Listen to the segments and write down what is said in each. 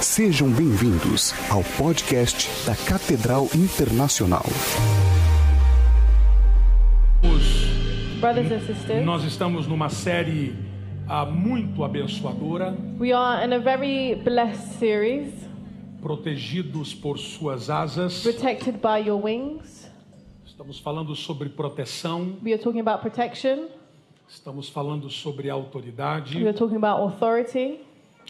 Sejam bem-vindos ao podcast da Catedral Internacional. Brothers and sisters, Nós estamos numa série ah, muito abençoadora, we are in a very blessed series, protegidos por suas asas. protected by your wings. Estamos falando sobre proteção, We are talking about protection, estamos falando sobre we are autoridade, talking about authority,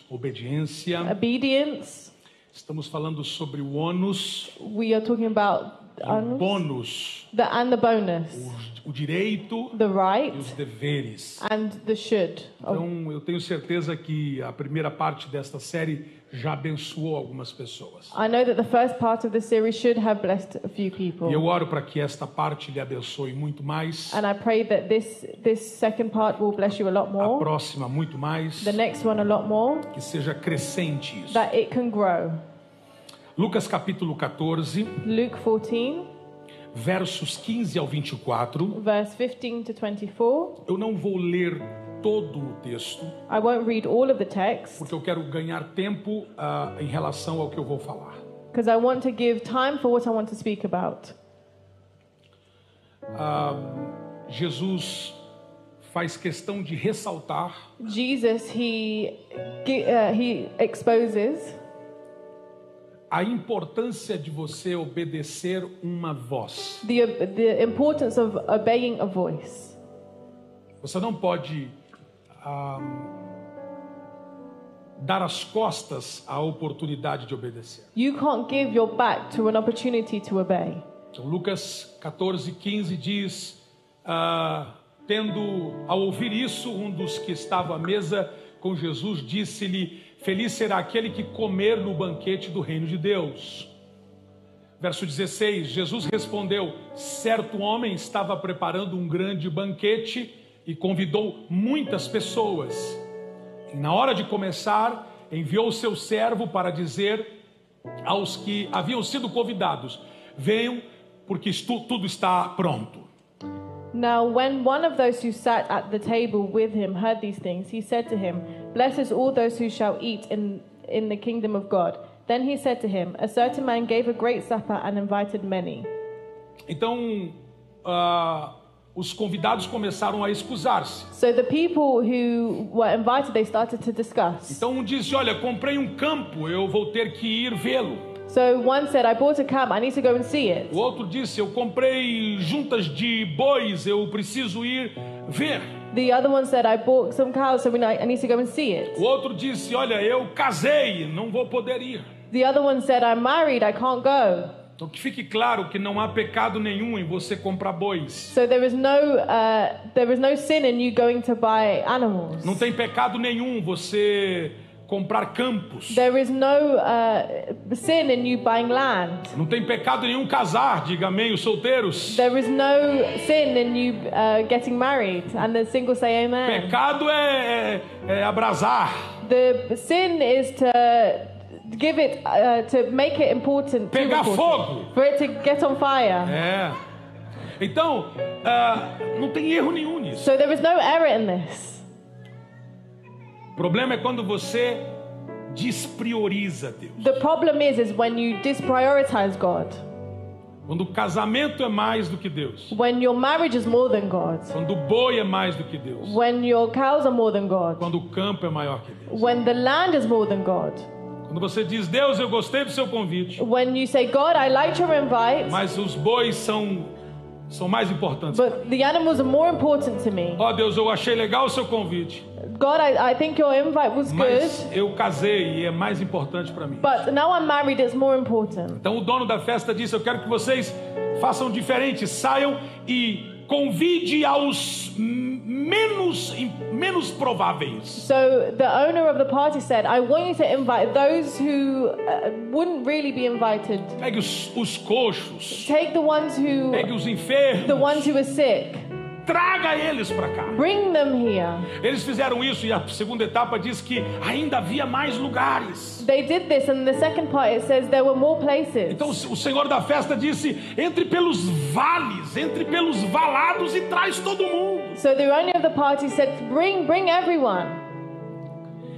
obediência, obedience, estamos falando sobre o ônus, we are talking about the o un- bônus, the and the bonus, os- o direito the e right os deveres. and the should. Oh, Então, eu tenho certeza que a primeira parte desta série já abençoou algumas pessoas. I know that the first part of the series should have blessed a few E eu people. oro para que esta parte lhe abençoe muito mais, And I pray that this, this second part will bless you a lot a more, próxima muito mais. the next one a lot more, que seja crescente isso. that it can grow. Lucas capítulo 14, Luke 14, versos 15 ao 24. verse 15 to 24. Eu não vou ler todo o texto, I won't read all of the text porque eu quero ganhar tempo ah, em relação ao que eu vou falar. because I want to give time for what I want to speak about. Jesus faz questão de ressaltar Jesus, he, gi- uh, he exposes a importância de você obedecer uma voz. the, the importance of obeying a voice. Você não pode ah, dar as costas à oportunidade de obedecer. You can't give your back to an opportunity to obey. Então, Lucas 14, 15 diz: ah, Tendo ao ouvir isso, um dos que estava à mesa com Jesus disse-lhe: Feliz será aquele que comer no banquete do reino de Deus. Verso 16: Jesus respondeu: Certo homem estava preparando um grande banquete e convidou muitas pessoas. Na hora de começar, enviou seu servo para dizer aos que haviam sido convidados: Venham, porque isto, tudo está pronto. Now, when one of those who sat at the table with him heard these things, he said to him, Blessed is all those who shall eat in, in the kingdom of God. Then he said to him, A certain man gave a great supper and invited many. Então, ah, os convidados começaram a excusar-se. So the people who were invited, they started to discuss. Então, um disse: Olha, comprei um campo, eu vou ter que ir vê-lo. So one said, I bought a camp, I need to go and see it. O outro disse: Eu comprei juntas de bois, eu preciso ir ver. The other one said, I bought some cows, so we need- I need to go and see O it. outro disse: Olha, eu casei, não vou poder ir. The other one said, I'm married, I can't go. Então, que fique claro que não há pecado nenhum em você comprar bois. So there is no, uh, there is no sin in you going to buy animals. Não tem pecado nenhum você comprar campos. There is no uh, sin in you buying land. Não tem pecado nenhum casar, diga amém, os solteiros. There is no sin in you uh, getting married. And the single say amen. Pecado é, é, é abrasar. The sin is to give it, uh, to make it important. too Pegar important. fogo. For it to get on fire. É. Então, ah, não tem erro nenhum nisso. So there is no error in this. O problema é quando você desprioriza Deus. The problem is, is when you disprioritize God. Quando o casamento é mais do que Deus. When your marriage is more than God. Quando o boi é mais do que Deus. When your cows are more than God. Quando o campo é maior que Deus. When the land is more than God. Quando você diz, Deus, eu gostei do seu convite, When you say, God, I liked your invite, mas os bois são, são mais importantes. but the animals are more important to me. Ó Deus, eu achei legal o seu convite, God, I, I think your invite was good, mas eu casei e é mais importante para mim. but now I'm married, it's more important. Então o dono da festa disse: Eu quero que vocês façam diferente, saiam e convide aos m- menos, menos prováveis. So the owner of the party said, I want you to invite those who uh, wouldn't really be invited. Pegue os, os coxos, Take the ones who, pegue os the enfermos, ones who are sick. traga eles para cá. Bring them here. Eles fizeram isso e a segunda etapa diz que ainda havia mais lugares. They did this, and the second part it says there were more places. Então o senhor da festa disse: entre pelos vales, entre pelos valados e traz todo mundo. So the owner of the party said, Bring, bring everyone.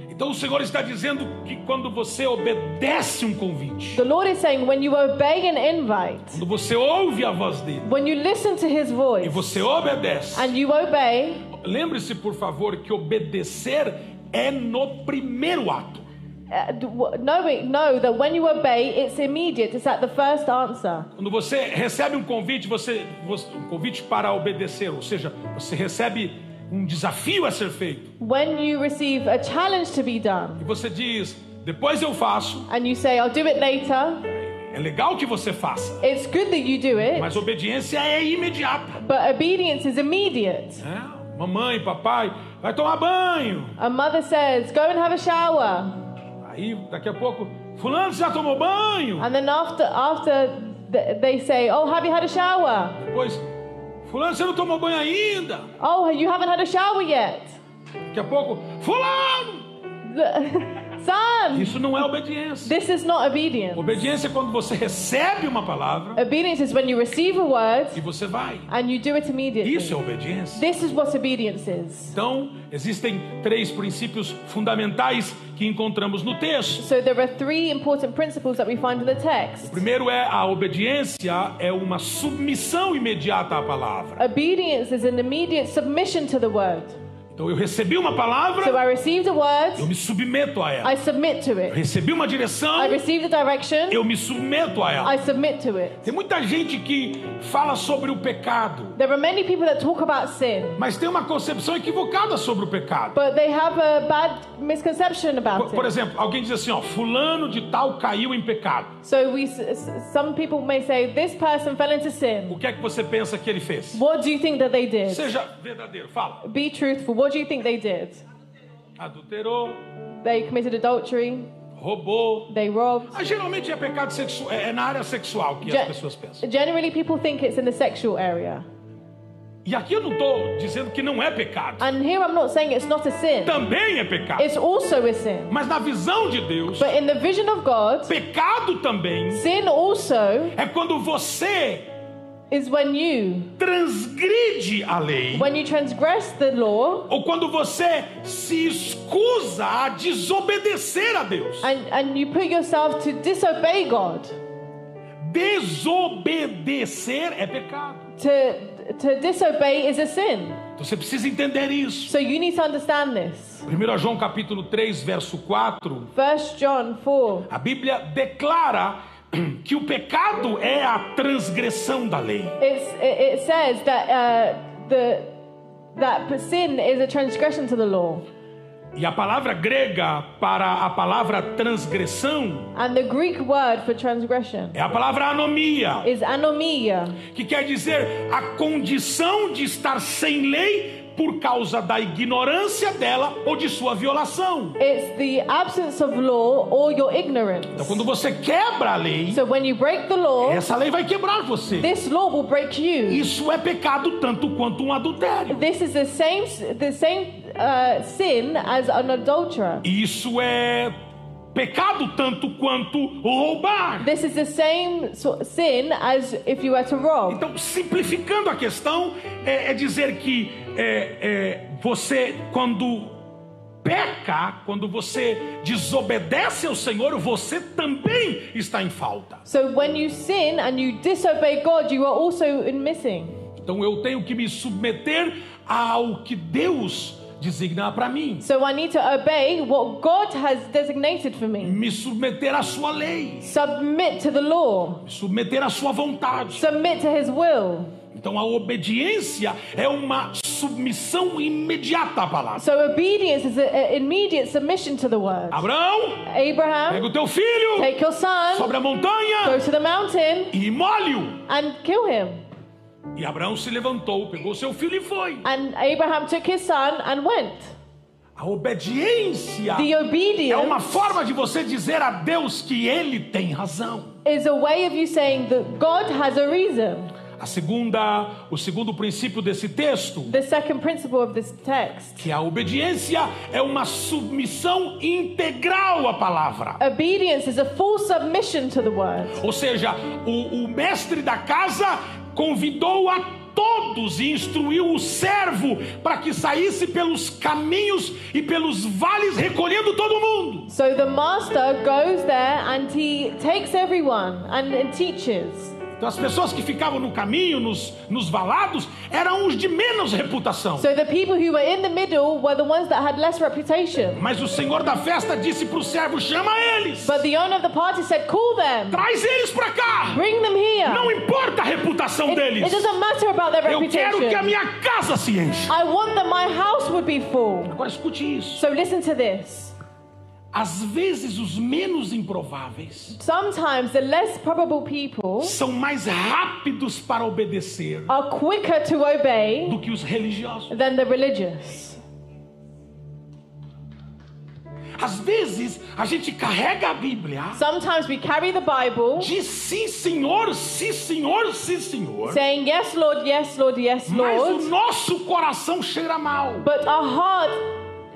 Então o Senhor está dizendo que quando você obedece um convite, The Lord is saying, when you obey an invite, quando você ouve a voz dele when you listen to his e voice, você obedece, and you obey, lembre-se por favor que obedecer é no primeiro ato. uh, d- w- knowing, know that when you obey, it's immediate, it's at the first answer. Quando você recebe um convite, você, você- um convite para obedecer, ou seja, você recebe um desafio a ser feito When you receive a challenge to be done, e você diz, depois eu faço. and you say, I'll do it later, É legal que você faça, it's good that you do it, mas obediência é imediata. but obedience is immediate. né? Mamãe, papai, vai tomar banho. A mother says, Go and have a shower. Aí daqui a pouco, fulano já tomou banho. And then after, after th- they say, Oh, have you had a shower? Depois, fulano você não tomou banho ainda. Oh, you haven't had a shower yet. Daqui a pouco, fulano. Look, Son, Isso não é obediência. this is not obedience. Obediência é quando você recebe uma palavra Obedience is when you receive a word e você vai. and you do it immediately. Isso é obediência. This is what obedience is. Então, existem três princípios fundamentais que encontramos no texto. So there are three important principles that we find in the text. Primeiro é a obediência é uma submissão imediata à palavra. Obedience is an immediate submission to the word. Então eu recebi uma So palavra, I received a eu word, me submeto a ela. I submit to Eu it. Recebi uma direção, I received a direction, eu me submeto a ela. I submit to it. Tem muita gente que fala sobre o pecado, There are many people that talk about sin, mas tem uma concepção equivocada sobre o pecado. but they have a bad misconception Por, about por it. exemplo, alguém diz assim, ó, fulano de tal caiu em pecado. So we, s- s- some people may say, this person fell into sin. O que é que você pensa que ele fez? What do you think that they did? Seja verdadeiro, fala. Be truthful. What do you think they did? Adulterou, They committed adultery. roubou. They robbed. Ah, geralmente é pecado sexual, é, é na área sexual que as Ge- pessoas pensam. Generally, people think it's in the sexual area. E aqui eu não estou dizendo que não é pecado. And here I'm not saying it's not a sin. Também é pecado. It's also a sin. Mas na visão de Deus, But in the vision of God, pecado também sin also é quando você is when you, transgride a lei when you transgress the law ou quando você se escusa a desobedecer a Deus. and, and you put yourself to disobey God. Desobedecer é pecado. To, to disobey is a sin. Então você precisa entender isso. So you need to understand this. 1 João capítulo 3, verso 4, 1 John 4. a Bíblia declara que o pecado é a transgressão da lei. It's, it, it says that uh, the that sin is a transgression to the law, E a palavra grega para a palavra transgressão and the Greek word for transgression é a palavra anomia, is anomia, que quer dizer a condição de estar sem lei por causa da ignorância dela ou de sua violação. It's the absence of law or your Então, ignorance. quando você quebra a lei, So when you break the law, essa lei vai quebrar você. this law will break you. Isso é pecado tanto quanto um adultério. This is the same the same uh, sin as an adulterer. Isso é pecado tanto quanto roubar. This is the same sort of sin as if you were to rob. Então, simplificando a questão, é, é dizer que é, é, você, quando peca, quando você desobedece ao Senhor, você também está em falta. So when you sin and you disobey God, you are also in missing. Então, eu tenho que me submeter ao que Deus designa para mim, So I need to obey what God has designated for me. me submeter à sua lei, Submit to the law. me submeter à sua vontade. Submit to his will. Então, a obediência é uma submissão imediata à palavra. So obedience is an immediate submission to the word. Abraão, pega Abraham, o teu filho take your son, sobre a montanha. go to the mountain, e molho. and kill him. E Abraão se levantou, pegou seu filho e foi. And Abraham took his son and went. A obediência The é uma obedience forma de você dizer a Deus que ele tem razão. is a way of you saying that God has a reason. A segunda, o segundo princípio desse texto, The second principle of this text que a obediência é uma submissão integral à palavra. obedience is a full submission to the word. Ou seja, o, o mestre da casa convidou a todos e instruiu o servo para que saísse pelos caminhos e pelos vales recolhendo todo mundo. So the master goes there and he takes everyone and, and teaches. Então as pessoas que ficavam no caminho, nos, nos valados, eram os de menos reputação. So the people who were in the middle were the ones that had less reputation. Mas o senhor da festa disse para o servo: chama eles, But the owner of the party said, Call them, traz eles para cá. bring them here. Não importa a reputação It, it deles. doesn't matter about their Eu quero que a reputation. minha casa se encha. I want that my house would be full. Agora escute isso. So listen to this. Às vezes os menos improváveis Sometimes the less probable people são mais rápidos para obedecer are quicker to obey do que os religiosos. than the religious. Às vezes a gente carrega a Bíblia, Sometimes we carry the Bible diz sim, senhor, sim, senhor, sim, senhor. saying, Yes, Lord, yes, Lord, yes, Mas o Lord. nosso coração cheira mal But our heart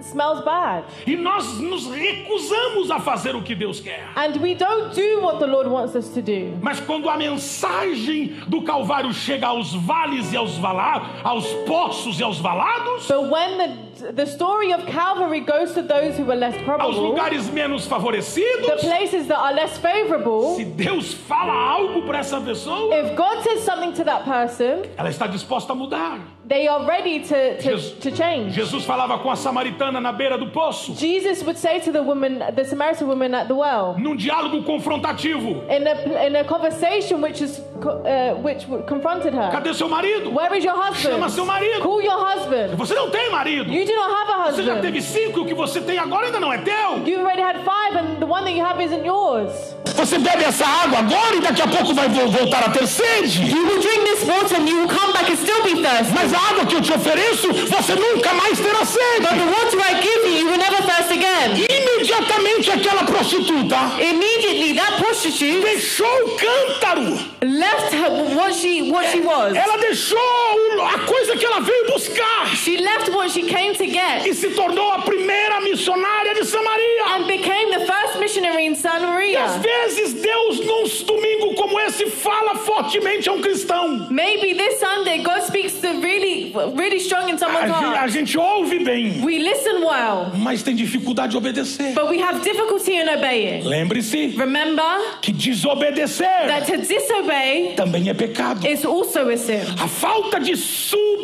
smells bad. e nós nos recusamos a fazer o que Deus quer. And we don't do what the Lord wants us to do. Mas quando a mensagem do Calvário chega aos vales e aos valados, aos poços e aos valados, But when the, the story of Calvary goes to those who are less aos probable, lugares menos the favorecidos, places that are less favorable, se Deus fala algo para essa pessoa, if God says something to that person, ela está disposta a mudar. they are ready to, Jesus- to, to change. Jesus falava com a samaritana na beira do poço, Jesus would say to the woman, the Samaritan woman at the well, num diálogo confrontativo: in a, in a conversation which is co- uh, which w- confronted her. Cadê seu marido? Where is your husband? Chama seu marido. Call your husband. Você não tem marido. You do not have a Você já husband. teve cinco e o que você tem agora ainda não é teu. You've already had five, and the one that you have isn't yours. Você bebe essa água agora e daqui a pouco vai vo- voltar a ter sede. You will drink this water and you will come back and still be thirsty. Mas a água que eu te ofereço, você nunca mais terá But sede. the water I give you, you will never thirst again. Imediatamente aquela prostituta Immediately, that prostitute deixou o cântaro. left her what she what she was. Ela deixou o- a coisa que ela veio buscar. She left what she came to get E se tornou a primeira missionária de Samaria. and became the first missionary in San Às Maria. vezes Deus, num domingo como esse, fala fortemente a um cristão. Maybe this Sunday God speaks to really really strong in A someone's gen- a heart. gente ouve bem, We listen well, mas tem dificuldade de obedecer. but we have difficulty in obeying. Lembre-se Remember que desobedecer that to disobey também é pecado. is also a sin. A falta de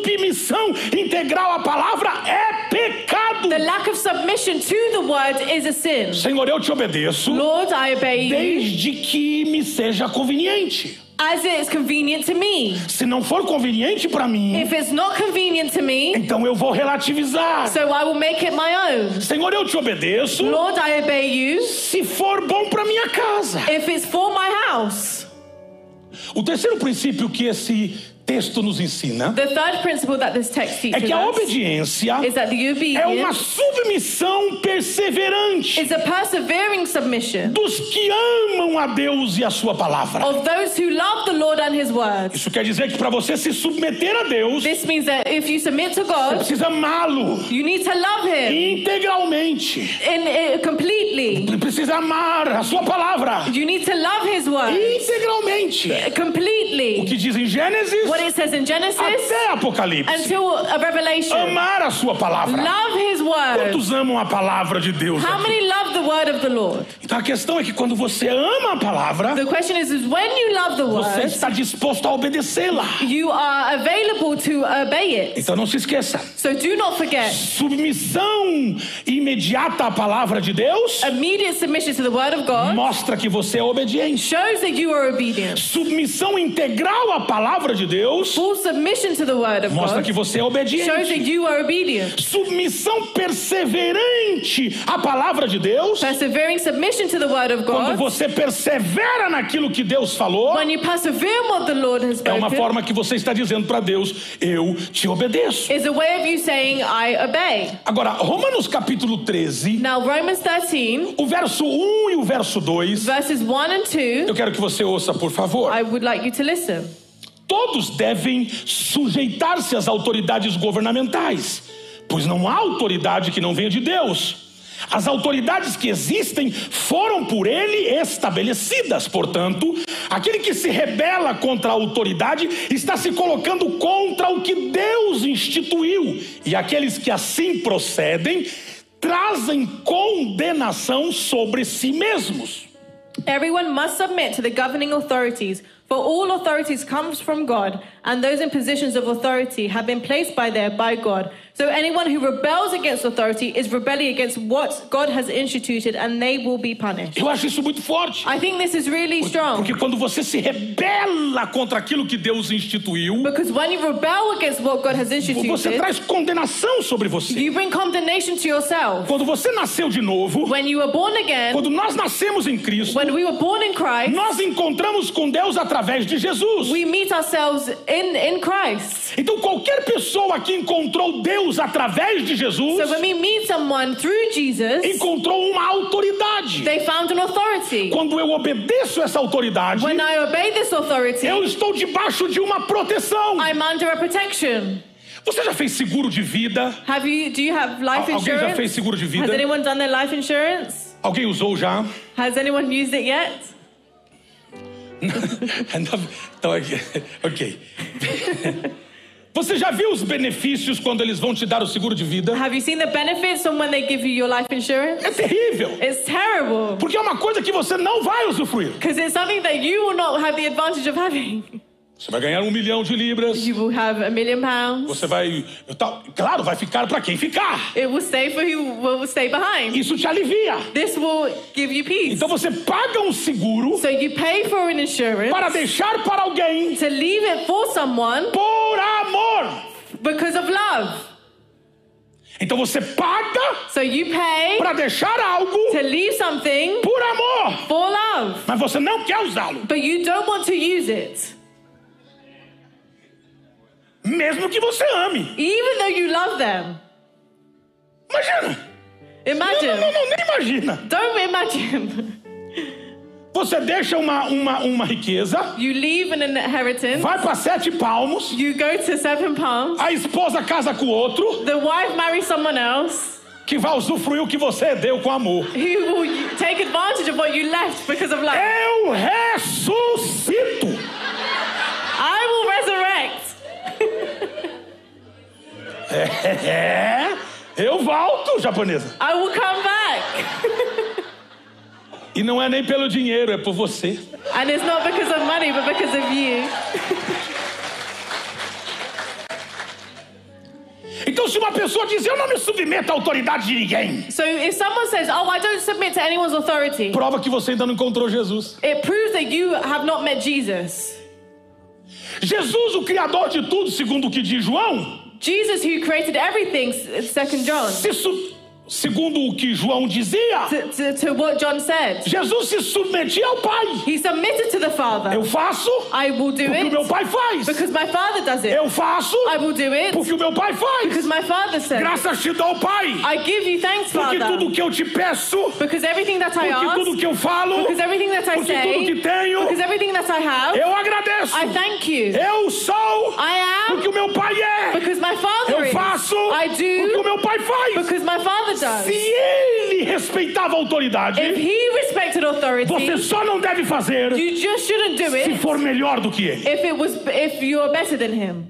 submissão integral à palavra é pecado. The lack of submission to the word is a sin. Senhor, eu te obedeço Lord, I obey you desde que me seja conveniente. as it is convenient to me. Se não for conveniente para mim, If it's not convenient to me, então eu vou relativizar. so I will make it my own. Senhor, eu te obedeço Lord, I obey you se for bom para minha casa. if it's for my house. O terceiro princípio que esse texto nos ensina The third principle that this text é teaches que a us obediência is that the é uma obedience submissão perseverante is a persevering submission dos que amam a Deus e a sua palavra. of those who love the Lord and His word. Isso quer dizer que para você se submeter a Deus, This means that if you submit to Você God, precisa amá-lo you need to love Him integralmente. in, in, completely. Você precisa amar a sua palavra You need to love His word integralmente. O É. completely. que diz em Gênesis What it says in Genesis até Apocalipse. until a revelation. Amar a sua palavra. Love His word. Quantos amam a palavra de Deus? How aqui? many love the word of the Lord? Então a questão é que quando você ama a palavra, The question is, is when you love the você word, está disposto a obedecê-la. you are available to obey it. Então não se esqueça. So do not forget. Submissão imediata à palavra de Deus Immediate submission to the word of God mostra que você é obediente. shows that you are obedient. Submissão integral à palavra de Deus Full submission to the word of mostra God que você é shows obediente. that you are obedient. Submissão perseverante à palavra de Deus. Persevering submission to the word of Quando God. você persevera naquilo que Deus falou, When you persevere in what the Lord has é uma spoken, forma que você está dizendo para Deus: Eu te obedeço. is a way of you saying, I obey. Agora, Romanos capítulo 13, Now, Romans 13, o verso 1 e o verso 2. verses 1 and 2, Eu quero que você ouça, por favor. I would like you to listen. Todos devem sujeitar-se às autoridades governamentais, pois não há autoridade que não venha de Deus. As autoridades que existem foram por ele estabelecidas, portanto, Aquele que se rebela contra a autoridade está se colocando contra o que Deus instituiu. E aqueles que assim procedem trazem condenação sobre si mesmos. Everyone must submit to the governing authorities, for all authorities comes from God, and those in positions of authority have been placed by there by God. So anyone who rebels against authority is rebelling against what God has instituted, and they will be punished. Eu acho isso muito forte. I think this is really strong Porque quando você se rebela contra aquilo que Deus instituiu, because when you rebel against what God has você instituted, traz condenação sobre você. you bring condemnation to yourself. Quando você nasceu de novo, When you were born again, quando nós nascemos em Cristo, when we were born in Christ, nós encontramos com Deus através de Jesus. we meet ourselves in, in Christ. Então qualquer pessoa que encontrou Deus através de Jesus, So when we meet someone through Jesus, encontrou uma autoridade. they found an authority. Quando eu obedeço essa autoridade, When I obey this authority, eu estou debaixo de uma proteção. I'm under a protection. Você já fez seguro de vida? Have you? Do you have life Al- alguém insurance? já fez seguro de vida? Has anyone done their life insurance? Alguém usou já? Has anyone used it yet? Então, ok. ok. Você já viu os benefícios quando eles vão te dar o seguro de vida? Have you seen the benefits from when they give you your life insurance? É terrível. It's terrible Porque é uma coisa que você não vai usufruir. because it's something that you will not have the advantage of having. Você vai ganhar um milhão de libras. You will have a million pounds. Você vai. eu tal- claro, vai ficar pra quem ficar. It will stay for who will stay behind. Isso te alivia. This will give you peace. Então você paga um seguro So you pay for an insurance para deixar para alguém to leave it for someone por amor. because of love. Então você paga So you pay para deixar algo to leave something por amor. for love, Mas você não quer usá-lo. but you don't want to use it, Mesmo que você ame. even though you love them. Imagina. Não, não, Imagine. não, nem imagina. Don't imagine. Você deixa uma, uma, uma riqueza, You leave an inheritance, vai para sete palmos, you go to Seven Palms, a esposa casa com outro, the wife marries someone else que vai usufruir o que você deu com amor. who will take advantage of what you left because of love. Eu ressuscito. I will resurrect. É, eu volto, japonesa. I will come back. E não é nem pelo dinheiro, é por você. And it's not because of money, but because of you. Então, se uma pessoa diz, eu não me submeto à autoridade de ninguém, So if someone says, Oh, I don't submit to anyone's authority, prova que você ainda não encontrou Jesus. it proves that you have not met Jesus. Jesus, o Criador de tudo, segundo o que diz João, Jesus, who created everything, s- Second John, se su- segundo o que João dizia, to, to, to what John said. Jesus se submetia ao Pai. He submitted to the Eu Father. faço I will do porque o meu it Pai faz. because my Father does it. Eu faço I will do it porque o meu Pai faz. because my Father says. Graças te dou, Pai, I give you thanks, porque Father, tudo que eu te peço, because everything that I porque tudo ask, que eu falo, because everything that I porque tudo que say, tenho, because everything that I have, eu agradeço. I thank you. Eu sou I porque am o meu Pai é. because my Father Eu is. faço I porque o do meu Pai faz. because my Father Se does. ele respeitava a autoridade, If he respected você authority, só não deve fazer you just shouldn't do se it for melhor do que ele. if it was if you're better than him.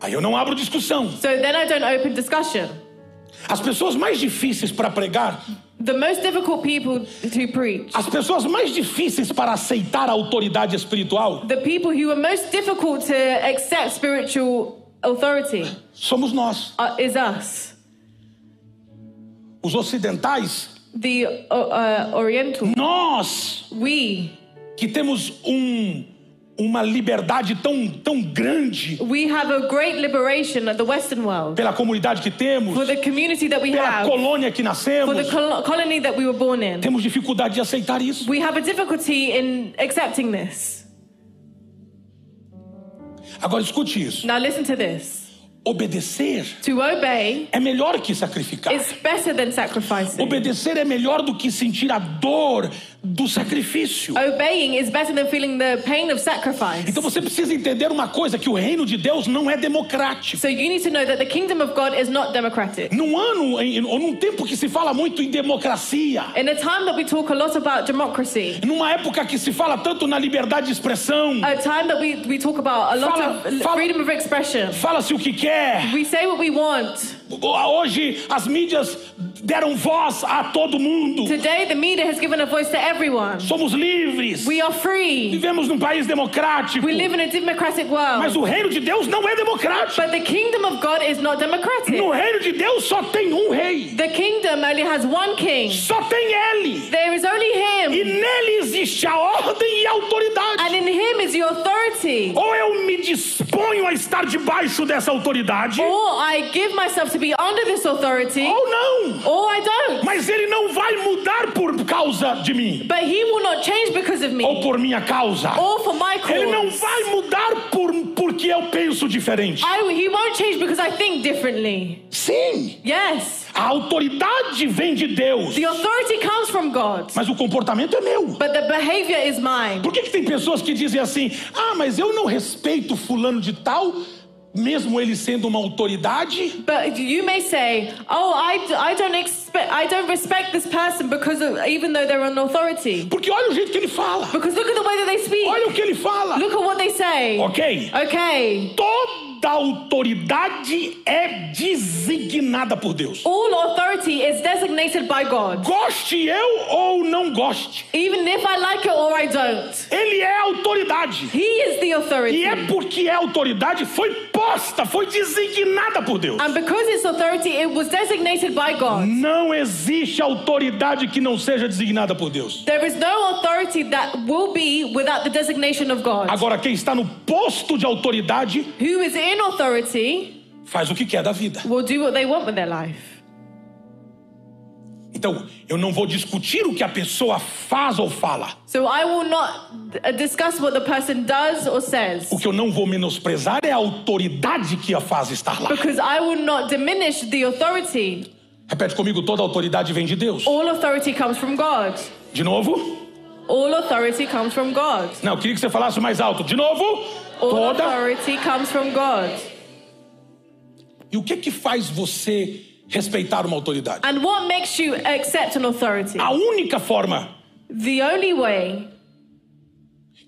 Aí eu não abro discussão. So then I don't open discussion. As pessoas mais difíceis para pregar, The most difficult people to preach, as pessoas mais difíceis para aceitar a autoridade espiritual, the people who are most difficult to accept spiritual authority, somos nós. uh, is us, Os ocidentais, the uh, uh, Oriental. nós We que temos um uma liberdade tão tão grande we have a great liberation of the Western world pela comunidade que temos, for the community that we pela have, colônia que for the nascemos, col- colony that we were born in. temos dificuldade de aceitar isso. We have a difficulty in accepting this. Agora escute isso. Now listen to this: Obedecer to obey é melhor que sacrificar. is better than sacrificing. Obedecer é melhor do que sentir a dor do sacrifício. Obeying is better than feeling the pain of sacrifice. Então você precisa entender uma coisa: que o reino de Deus não é democrático. So you need to know that the kingdom of God is not democratic. Num ano, em- ou num tempo que se fala muito em democracia, In a time that we talk a lot about democracy, numa época que se fala tanto na liberdade de expressão, a time that we, we talk about a lot Fala- of fala- freedom of expression, fala-se o que quer. we say what we want. Hoje as mídias deram voz a todo mundo. Today, the media has given a voice to everyone. Somos livres. We are free. Vivemos num país democrático. We live in a democratic Mas world. o reino de Deus não é democrático. But the kingdom of God is not No democratic. reino de Deus só tem um rei. The kingdom only has one king. Só tem ele. There is only E him. nele existe a ordem e a autoridade. And in him is the authority. Ou eu me disponho a estar debaixo dessa autoridade, ou Or I give myself to be under this authority, não. or I don't. Mas ele não vai mudar por causa de mim But he will not change because of ou me, por minha causa. or for my Ele não cause. vai mudar por porque eu penso diferente. I, he won't change because I think differently. Sim, Yes, a autoridade vem de Deus, the authority comes from God, mas o comportamento é meu. but the behavior is mine. Por que, que tem pessoas que dizem assim: ah, mas eu não respeito fulano de tal, mesmo ele sendo uma autoridade? But you may say, "Oh, I, d- I don't expect, I don't respect this person because of, even though they're an authority, Porque olha o jeito que ele fala, because look at the way that they speak, olha o que ele fala. look at what they say." Ok? Okay. Toda autoridade é designada por Deus. All authority is designated by God, Goste eu ou não goste, even if I like it or I don't. ele é autoridade. He is the E authority, é porque é autoridade, foi posta, foi designada por Deus. and because it's authority, it was designated by God. Não existe autoridade que não seja designada por Deus. There is no authority that will be without the designation of God. Agora, quem está no posto de autoridade Who is in authority faz o que quer da vida. will do what they want with their life. Então, eu não vou discutir o que a pessoa faz ou fala. So I will not uh, discuss what the person does or says, O que eu não vou menosprezar é a autoridade que a faz estar lá. because I will not diminish the authority. Repete comigo: toda autoridade vem de Deus. All authority comes from God. De novo? All authority comes from God. Não, eu queria que você falasse mais alto. De novo? All Toda. authority comes from God. E o que que faz você respeitar uma autoridade? And what makes you accept an authority? A única forma The only way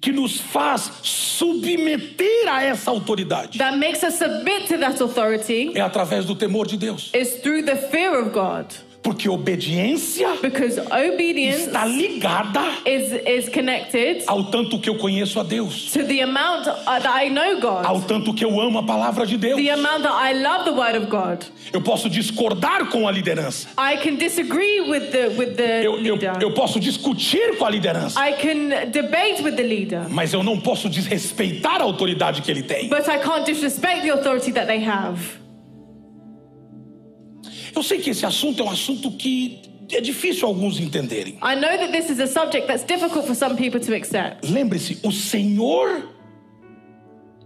que nos faz submeter a essa autoridade that makes us submit to that authority é através do temor de Deus. is through the fear of God. Porque obediência Because obedience está ligada is, is connected ao tanto que eu conheço a Deus. to the amount uh, that I know ao God, tanto que eu amo a palavra de Deus. the amount that I love the Word of God. Eu posso discordar com a liderança. I can disagree with the, with the Eu, eu, leader, eu posso discutir com a liderança. I can debate with the leader, Mas eu não posso desrespeitar a autoridade que ele tem. but I can't disrespect the authority that they have. Eu sei que esse assunto é um assunto que é difícil alguns entenderem. I know that this is a subject that's difficult for some people to accept. Lembre-se, o Senhor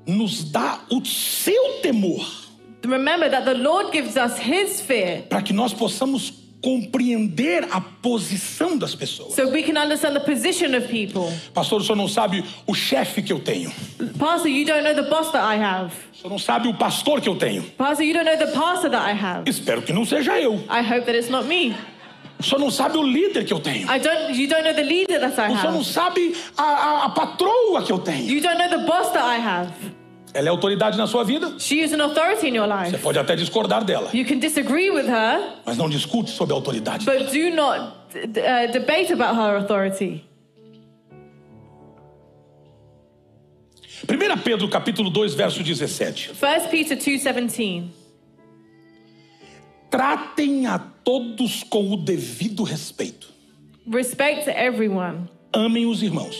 nos dá o seu temor Remember that the Lord gives us His fear para que nós possamos compreender a posição das pessoas. so we can understand the position of people. Pastor, o senhor não sabe o chefe que eu tenho. Pastor, you don't know the boss that I have. O senhor não sabe o pastor que eu tenho. Pastor, you don't know the pastor that I have. Espero que não seja eu. I hope that it's not me. O senhor não sabe o líder que eu tenho. I don't. You don't know the leader that I O senhor não have. sabe a, a- a patroa que eu tenho. You don't know the boss that I have. Ela é autoridade na sua vida. She is an authority in your Você life. pode até discordar dela, You can disagree with her, mas não discute sobre a autoridade. but do not d- d- uh, debate about her authority. 1 Pedro capítulo 2, verso 17. 1 Peter two seventeen. Tratem a todos com o devido respeito. Respect everyone. Amem os irmãos.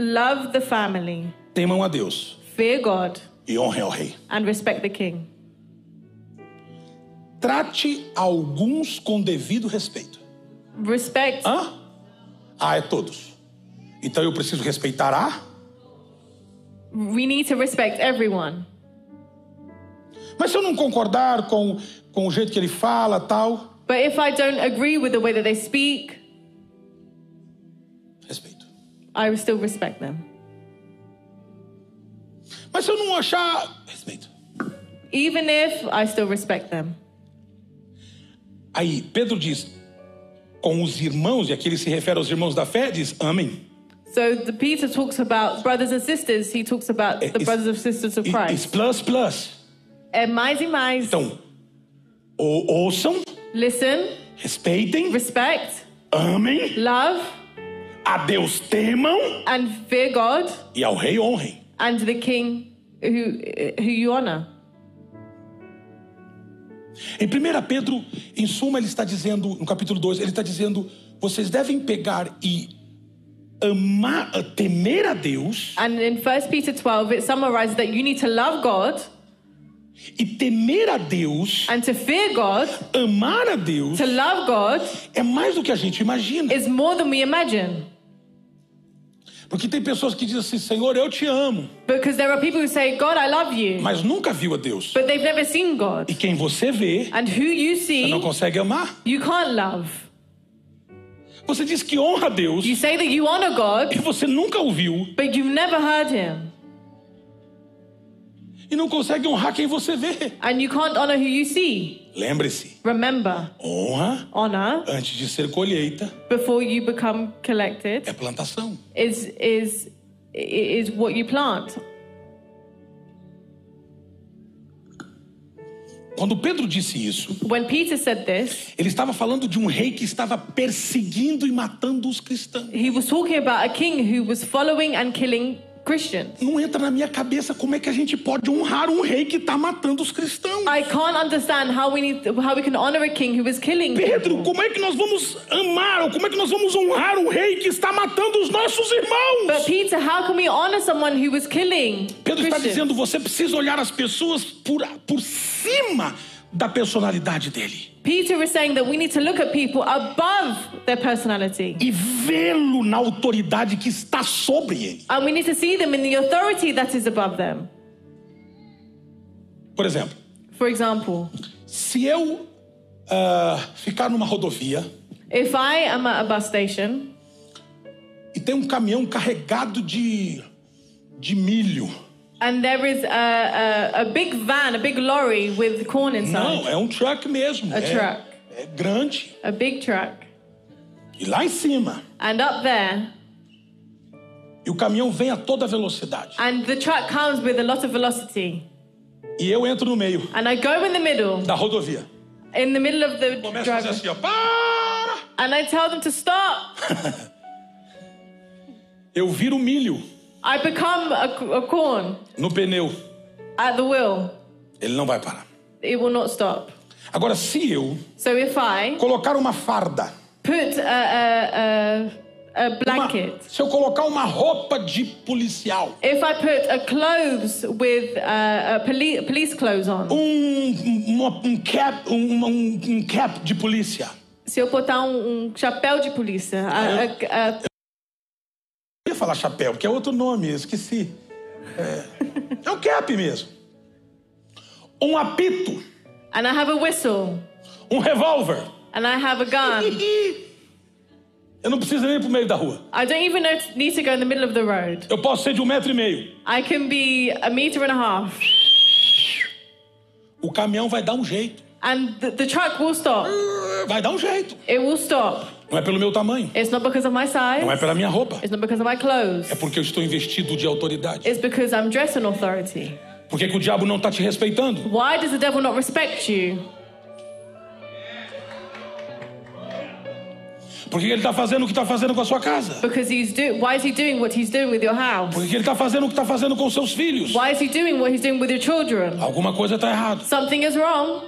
Love the family. Temam a Deus Fear God e honrem ao rei. and respect the king. Trate alguns com devido respeito. Respect Hã? Ah, é todos. Então eu preciso respeitar a... we need to respect everyone. Mas se eu não concordar com, com o jeito que ele fala, tal, But if I don't agree with the way that they speak, I would still respect them. Mas se eu não achar. Respeito. Even if I still respect them. Aí Pedro diz: com os irmãos, e aqui ele se refere aos irmãos da fé, diz: amem. So the Peter talks about brothers and sisters. He talks about the It's- brothers and sisters of E- It's Christ. plus, plus. É mais e mais. Então, ou- ouçam, Listen, respeitem, respect, amem, love, a Deus temam and fear God e ao rei honrem. and the King who eh, who you honor. Em 1 Pedro, em suma, ele está dizendo, no capítulo 2, ele está dizendo: vocês devem pegar e amar, temer a Deus, And in 1 Peter 12, it summarizes that you need to love God e temer a Deus, and to fear God, amar a Deus, to love God é mais do que a gente imagina. is more than we imagine. Porque tem pessoas que dizem assim: Senhor, eu te amo, Because there are people who say, God, I love you, mas nunca viu a Deus. but they've never seen God. E quem você vê, And who you você não see, consegue amar. you can't love. Você diz que honra a Deus You say that you honor God, e você nunca o viu but you've never heard him. e não consegue honrar quem você vê. And you can't honor who you see. Lembre-se: Remember, honra honor antes de ser colheita before you become é collected plantação. is is is what you plant. Quando Pedro disse isso, When Peter said this, ele estava falando de um rei que estava perseguindo e matando os cristãos. he was talking about a king who was following and killing Christians. Não entra na minha cabeça como é que a gente pode honrar um rei que está matando os cristãos. I can't understand how we need how we can honor a king who is killing Pedro, people. como é que nós vamos amar ou como é que nós vamos honrar um rei que está matando os nossos But irmãos? Peter, how can we honor someone who was killing Pedro está Christians? dizendo: você precisa olhar as pessoas por, por cima da personalidade dele Peter is saying that we need to look at people above their personality. e vê-lo na autoridade que está sobre ele. And we need to see them in the authority that is above them. Por exemplo, For example, se eu ah, ficar numa rodovia if I am at a bus station e tem um caminhão carregado de, de milho. and there is a, a, a big van, a big lorry with corn inside, Não, é um truck mesmo. A é, truck. é grande. a big truck, E lá em cima. and up there, E o caminhão vem a toda velocidade. and the truck comes with a lot of velocity, E eu entro no meio and I go in the middle, da rodovia. in the middle of the Começo a fazer driver, assim, ó. Para! and I tell them to stop. Eu viro milho I become a, a corn no pneu. at the wheel. Ele não vai parar. It will not stop. Agora, se eu So if I colocar uma farda, put a, a, a, a uma- blanket, se eu colocar uma roupa de policial, if I put a clothes with uh, a poli- police clothes on, um, um- uma- um cap, um, um- um cap de polícia, se eu botar um, um chapéu de polícia, a, a, a, eu ia falar chapéu, porque é outro nome, eu esqueci. É, é um cap mesmo. Um apito, and I have a whistle, um revólver. and I have a gun, Eu não preciso nem ir pro meio da rua. I don't even know, need to go in the middle of the road. Eu posso ser de um metro e meio. I can be a meter and a half, O caminhão vai dar um jeito. and the, the truck will stop. Vai dar um jeito. It will stop. Não é pelo meu tamanho. It's not because of my Não é size. pela minha roupa. It's not because of my clothes. É porque eu estou investido de autoridade. It's because I'm dressed in authority. Por que, que o diabo não está te respeitando? Why does the devil not respect you? Por que que ele está fazendo o que está fazendo com a sua casa? Because he's do why is he doing what he's doing with your house? Por que que ele está fazendo o que está fazendo com os seus filhos? Why is he doing what he's doing with your children? Alguma coisa tá está errada. Something is wrong.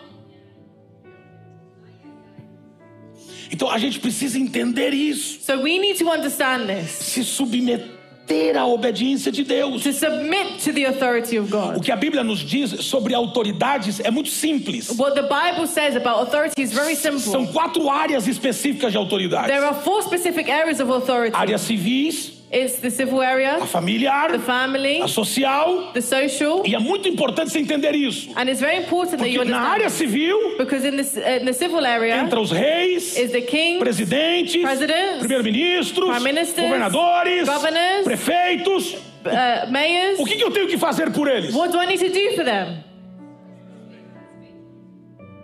Então a gente precisa entender isso. So we need to understand this. Se submeter à obediência de Deus. To submit to the authority of O God. que a Bíblia nos diz sobre autoridades é muito simples. What the Bible says about authority is very São simple. quatro áreas específicas de autoridade: There are four specific areas of authority. áreas civis, It's the civil area, a familiar, the family, a social. the social, E é muito importante você entender isso. and it's very important that you Porque na área understand. civil, Because in this in the civil area entra os reis, is the king, presidentes, Presidents, primeiros-ministros, Prime Ministers, governadores, Governors, prefeitos. uh, mayors. O que, que eu tenho que fazer por eles? What do I need to do for them?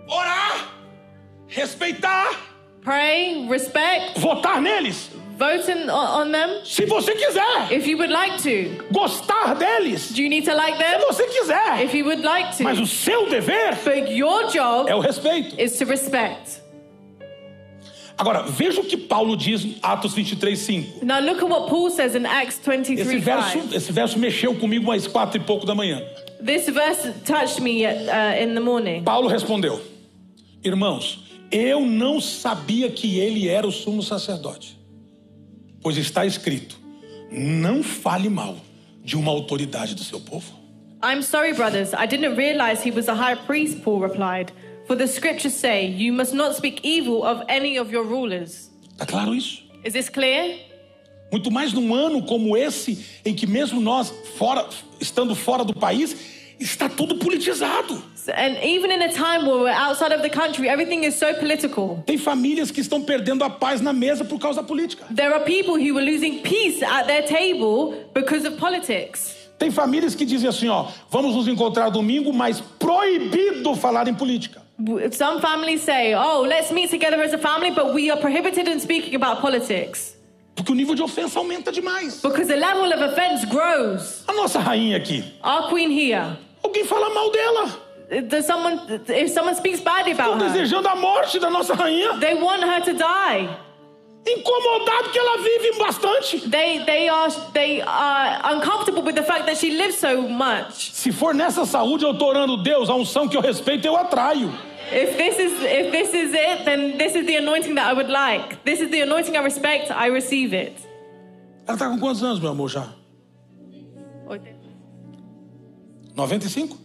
Orar, respeitar, Pray, respect, votar neles, vote in, on, on them se você quiser. if you would like to. Gostar deles, Do you need to like se them? você quiser. If you would like Mas to. o seu dever But your job é o respeito. is to respect. Agora, veja o que Paulo diz em Atos 23, 5. Now look at what Paul says in Acts Esse 23 verso, 5. esse verso mexeu comigo mais quatro e pouco da manhã. This verse touched me at, uh, in the morning. Paulo respondeu: Irmãos, eu não sabia que ele era o sumo sacerdote, pois está escrito: Não fale mal de uma autoridade do seu povo. I'm sorry, brothers. I didn't realize he was a high priest, Paul replied. For the scriptures say, You must not speak evil of any of your rulers. Tá claro isso? Is this clear? Muito mais num ano como esse, em que mesmo nós, fora, estando fora do país, está tudo politizado. And even in a time where we're outside of the country, everything is so political. Tem famílias que estão perdendo a paz na mesa por causa da política. There are people who are losing peace at their table because of politics. Tem famílias que dizem assim, ó, vamos nos encontrar domingo, mas proibido falar em política. W- Some families say, oh, let's meet together as a family, but we are prohibited in speaking about politics Porque o nível de ofensa aumenta demais. because the level of offense grows. A nossa rainha aqui, Our queen here, alguém fala mal dela. does someone, if someone speaks badly Estão about her, desejando a morte da nossa rainha. they want her to die. Incomodado que ela vive bastante. They, they, are, they are uncomfortable with the fact that she lives so much. Se for nessa saúde, eu tô orando, Deus, a unção que eu respeito, eu atraio. If this is if this is it, then this is the anointing that I would like. This is the anointing I respect. I receive it. Ela tá com quantos anos, meu amor, já? 95?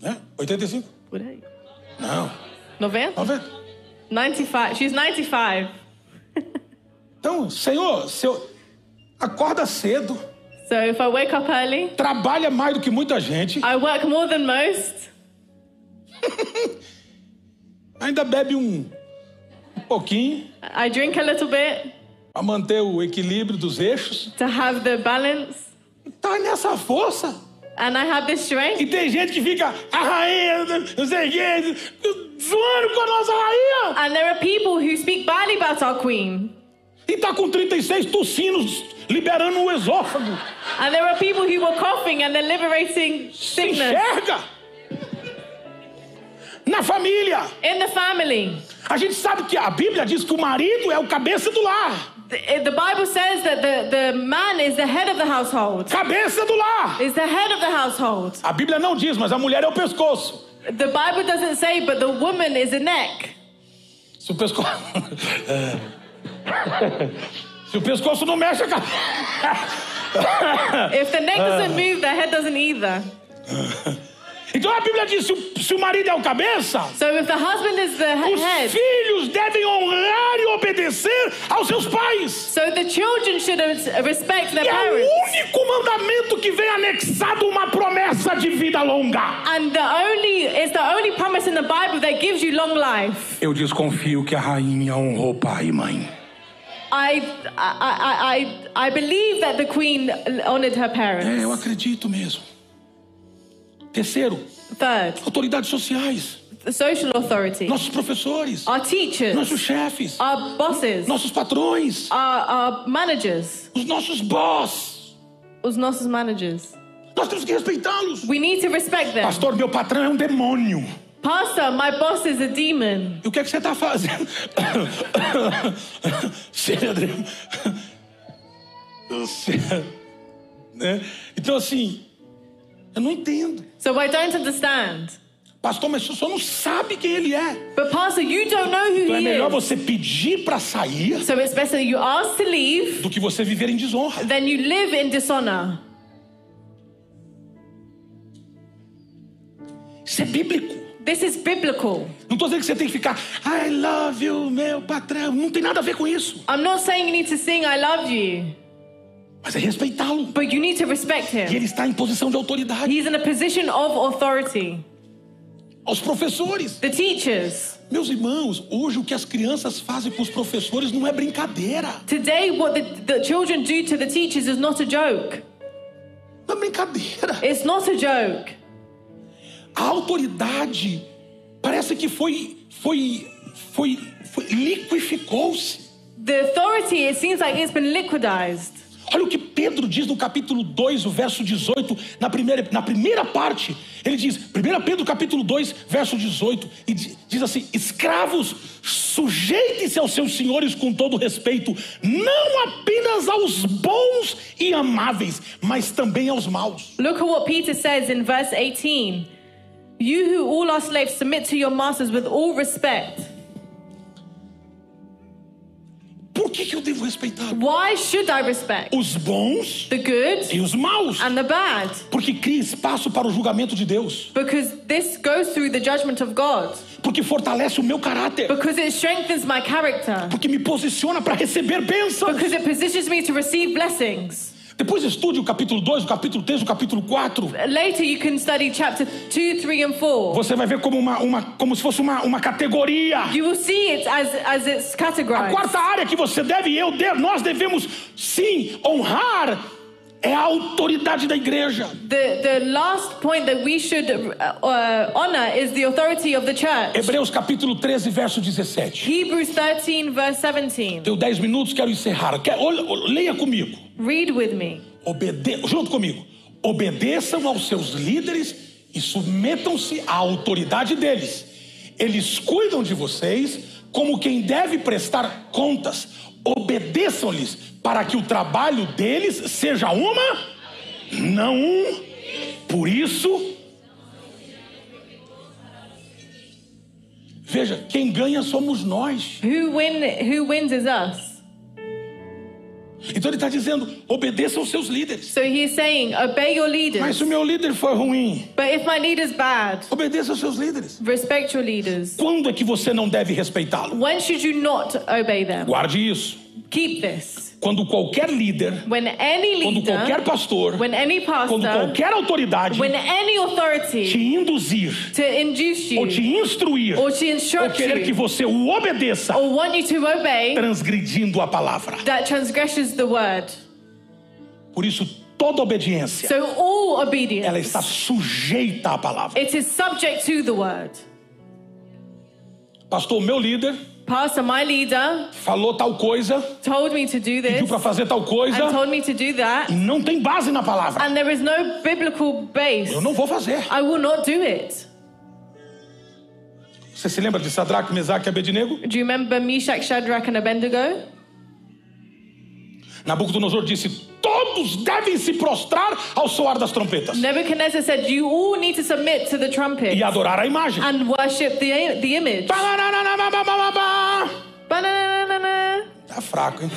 Né? 85? Não, 90? 90. 95. She's 95. Então, Senhor, seu... acorda cedo, So if I wake up early, trabalha mais do que muita gente, I work more than most. ainda bebe um, um pouquinho I drink a little bit para manter o equilíbrio dos eixos. to have the balance, Tá nessa força. and I have this E strength. tem gente que fica, a rainha, não sei o quê, zoando com a nossa rainha. And there are people who speak badly about our queen. E tá com 36 tossinos liberando o esófago. And there are people who were coughing and they're liberating Se sickness enxerga. Na família. in the family. A gente sabe que a Bíblia diz que o marido é o cabeça do lar. The, the Bible says that the, the man is the head of the household. Cabeça do lar. is the head of the household. A Bíblia não diz, mas a mulher é o pescoço. The Bible doesn't say, but the woman is the neck. Se o pescoço. Se o pescoço não mexe, a cabeça. If the neck doesn't move, the head doesn't either. Então a Bíblia diz: se o, se o marido é o cabeça, So if the husband is the he- os head, filhos devem honrar e obedecer aos seus pais. so the children should uh, respect their E é o parents. único mandamento que vem anexado uma promessa de vida longa. And the only it's the only promise in the Bible that gives you long life. Eu desconfio que a rainha honrou pai e mãe. I I I I, I believe that the queen honored her É, eu parents. acredito mesmo. Terceiro, Third, autoridades sociais, the social authority, nossos professores, our teachers, nossos chefes, our bosses, nossos patrões, our, our managers, os nossos boss. os nossos managers. Nós temos que respeitá-los. We need to respect them. Pastor, meu patrão é um demônio. Pastor, my boss is a demon. E o que é que você está fazendo? Cedro. né? Então, assim, eu não entendo. So I don't understand. Pastor, mas o senhor não sabe quem ele é. But Pastor, you don't know who Então é he melhor is. você pedir para sair So it's better you ask to leave do que você viver em desonra. than you live in dishonor. Isso é bíblico. This is biblical. Não estou dizendo que você tem que ficar, I love you, meu patrão. Não tem nada a ver com isso. I'm not saying you need to sing I love you. mas é respeitá-lo. But you need to respect E him. ele está em posição de autoridade. He's in a position of authority. Aos professores. The teachers. Meus irmãos, hoje o que as crianças fazem com os professores não é brincadeira. Today, what the, the children do to the teachers is not a joke. Não é brincadeira. It's not a joke. A autoridade parece que foi foi foi, foi liquificou-se. The authority, it seems like it's been liquidized. Olha o que Pedro diz no capítulo 2, o verso 18, na primeira, na primeira parte. Ele diz, 1 Pedro capítulo 2, verso 18, e di- diz assim: Escravos, sujeitem-se aos seus senhores com todo respeito, não apenas aos bons e amáveis, mas também aos maus. Look at what Peter says in verse 18. You who all are slaves, submit to your masters with all respect. Por que, que eu devo respeitar? Why should I respect Os bons the good e os maus, and the bad? porque cria espaço para o julgamento de Deus, Because this goes through the judgment of God. porque fortalece o meu caráter, Because it strengthens my character. porque me posiciona para receber bênçãos. Because it positions me to receive blessings. Depois estude o capítulo 2, o capítulo 3, o capítulo 4. Later, you can study chapter 2, 3, and 4. Você vai ver como, uma, uma- como se fosse uma, uma categoria. You will see it as, as it's A categorized. quarta área que você deve e eu deve, nós devemos sim honrar é a autoridade da igreja. The, the last point that we should uh, uh, honor is the authority of the church. Hebreus capítulo 13, verso 17. Hebrews 13, verse 17. Tenho 10 minutos, quero encerrar. Quer- olha- leia comigo. Read with me. Obede- junto comigo. Obedeçam aos seus líderes e submetam-se à autoridade deles. Eles cuidam de vocês como quem deve prestar contas. Obedeçam-lhes para que o trabalho deles seja uma, não um. Por isso, veja, quem ganha somos nós. Who, win, who wins is us. Então ele está dizendo: obedeçam aos seus líderes. So he's saying, obey your Mas leaders. se o meu líder for ruim, But if my leader's bad, Obedeça aos seus líderes. respect your leaders. Quando é que você não deve respeitá-lo? When should you not obey them? Guarde isso. Keep this. Quando qualquer líder, When any quando leader, qualquer pastor, when any quando pastor, qualquer autoridade when any te authority induzir to induce ou te you instruir or to ou instruct querer que you você o obedeça, or want you to obey, transgredindo a palavra. that transgresses the word. Por isso, toda obediência, So all ela obedience, está sujeita à palavra. it is subject to the word. Pastor, meu líder Pastor, my leader, falou tal coisa, told me to do pediu this para and fazer tal coisa, told me to do that, não tem base na palavra. and there is no biblical base. Eu não vou fazer. I will not do it. Você se lembra de Sadraque, Mesaque e Abednego? Do you remember Meshach, Shadrach, and Abednego? Nabucodonosor disse: Todos devem se prostrar ao soar das trompetas Nebuchadnezzar said, You all need to submit to the trumpet e adorar a imagem. and worship the, the image. Tá Ba-na-na-na-na. fraco, hein?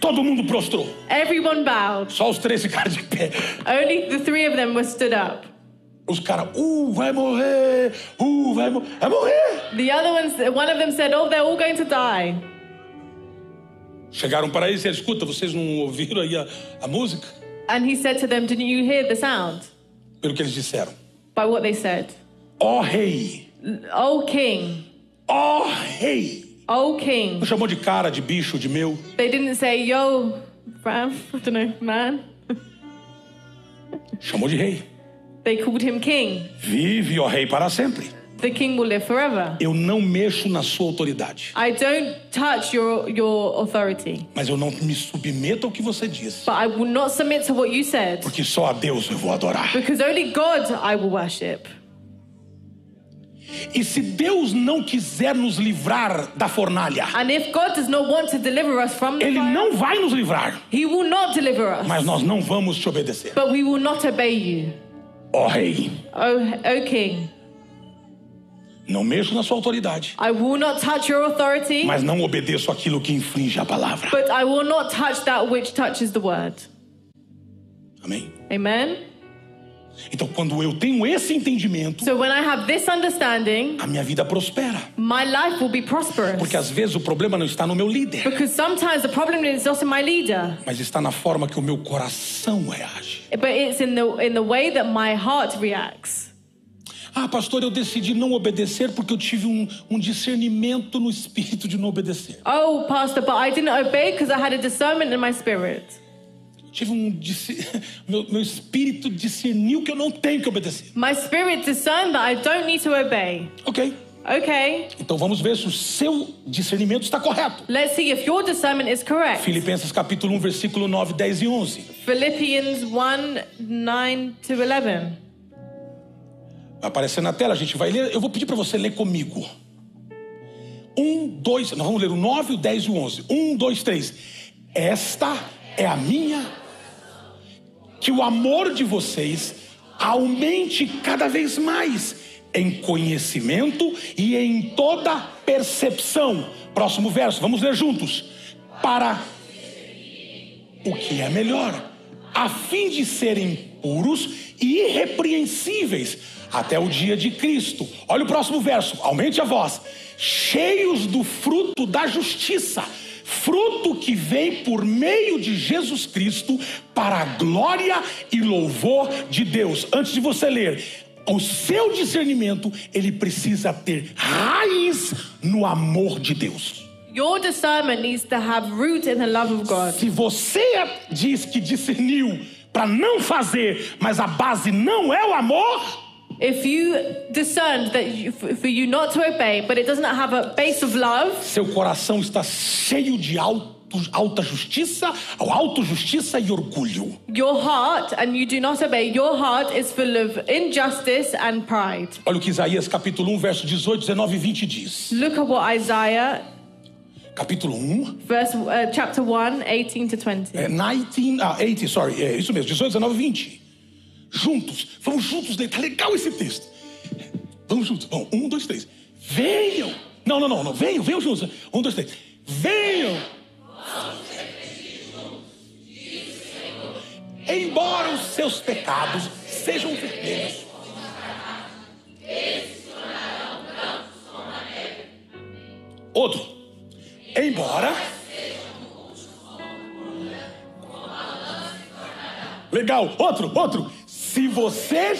Todo mundo prostrou, Everyone bowed. só os três ficaram de pé. Only the three of them were stood up. Os caras, uh, vai morrer, uh, vai, mo vai morrer. The other ones, one of them said, Oh, they're all going to die. Chegaram para ele e disseram: Escuta, vocês não ouviram aí a, a música? And he said to them, Didn't you hear the sound? Pelo que eles disseram: By what they said. Ó rei, O king, ó rei. O king. Não chamou de cara, de bicho, de meu. They didn't say, Yo, Ram, I don't know, man. Chamou de rei. They called him king. Vive, ó rei, para sempre. The king will live forever. Eu não mexo na sua autoridade, I don't touch your, your authority, mas eu não me submeto ao que você diz, but I will not submit to what you said, porque só a Deus eu vou adorar. because only God I will worship. E se Deus não quiser nos livrar da fornalha, And if God does not want to deliver us from the Ele fire, não vai nos livrar, He will not deliver us, mas nós não vamos te obedecer. but we will not obey you. Ó rei, O, o king, não mexo na sua autoridade, I will not touch your authority, mas não obedeço aquilo que infringe a palavra. but I will not touch that which touches the word. Amém? Amen. Então, quando eu tenho esse entendimento, So when I have this understanding, a minha vida prospera. my life will be prosperous. Porque às vezes o problema não está no meu líder, Because sometimes the problem is not in my leader, mas está na forma que o meu coração reage. but it's in the in the way that my heart reacts. Ah, pastor, eu decidi não obedecer porque eu tive um, um discernimento no espírito de não obedecer. Oh, pastor, but I didn't obey because I had a discernment in my spirit. Eu tive um disci- meu, meu espírito discerniu que eu não tenho que obedecer. My spirit discerned that I don't need to obey. Ok? Okay, Então vamos ver se o seu discernimento está correto. let's see if your discernment is correct. Filipenses capítulo 1, versículo 9, 10 e 11. Philippians 1 9 to 11. Vai aparecer na tela, a gente vai ler. Eu vou pedir para você ler comigo. Um, dois, nós vamos ler o 9, o 10 e o 11. Um, dois, três. Esta é a minha. Que o amor de vocês aumente cada vez mais em conhecimento e em toda percepção. Próximo verso, vamos ler juntos. Para o que é melhor, a fim de serem puros e irrepreensíveis até o dia de Cristo. Olha o próximo verso, aumente a voz. Cheios do fruto da justiça, fruto que vem por meio de Jesus Cristo para a glória e louvor de Deus. Antes de você ler, o seu discernimento, ele precisa ter raiz no amor de Deus. Your discernment needs to have root in the love of God. Se você é, diz que discerniu para não fazer, mas a base não é o amor, If you discerned that you, f- for you not to obey, but it does not have a base of love, seu coração está cheio de alto, alta justiça, autojustiça e orgulho. your heart, and you do not obey, your heart is full of injustice and pride. Olha o que Isaías capítulo 1, verso 18, 19 e 20 diz. Look at what Isaiah, Capítulo 1, verse, uh, chapter 1, 18 to 20. é 19, ah, 80, sorry, é isso mesmo, 18, 19 e 20. Juntos, vamos juntos ler, tá legal esse texto. Vamos juntos, bom, um, dois, três. Venham! Não, não, não, não, venham, venham juntos. Um, dois, três. Venham! Embora os seus pecados sejam vermelhos. Outro. Embora. Legal. Outro, outro. Se você.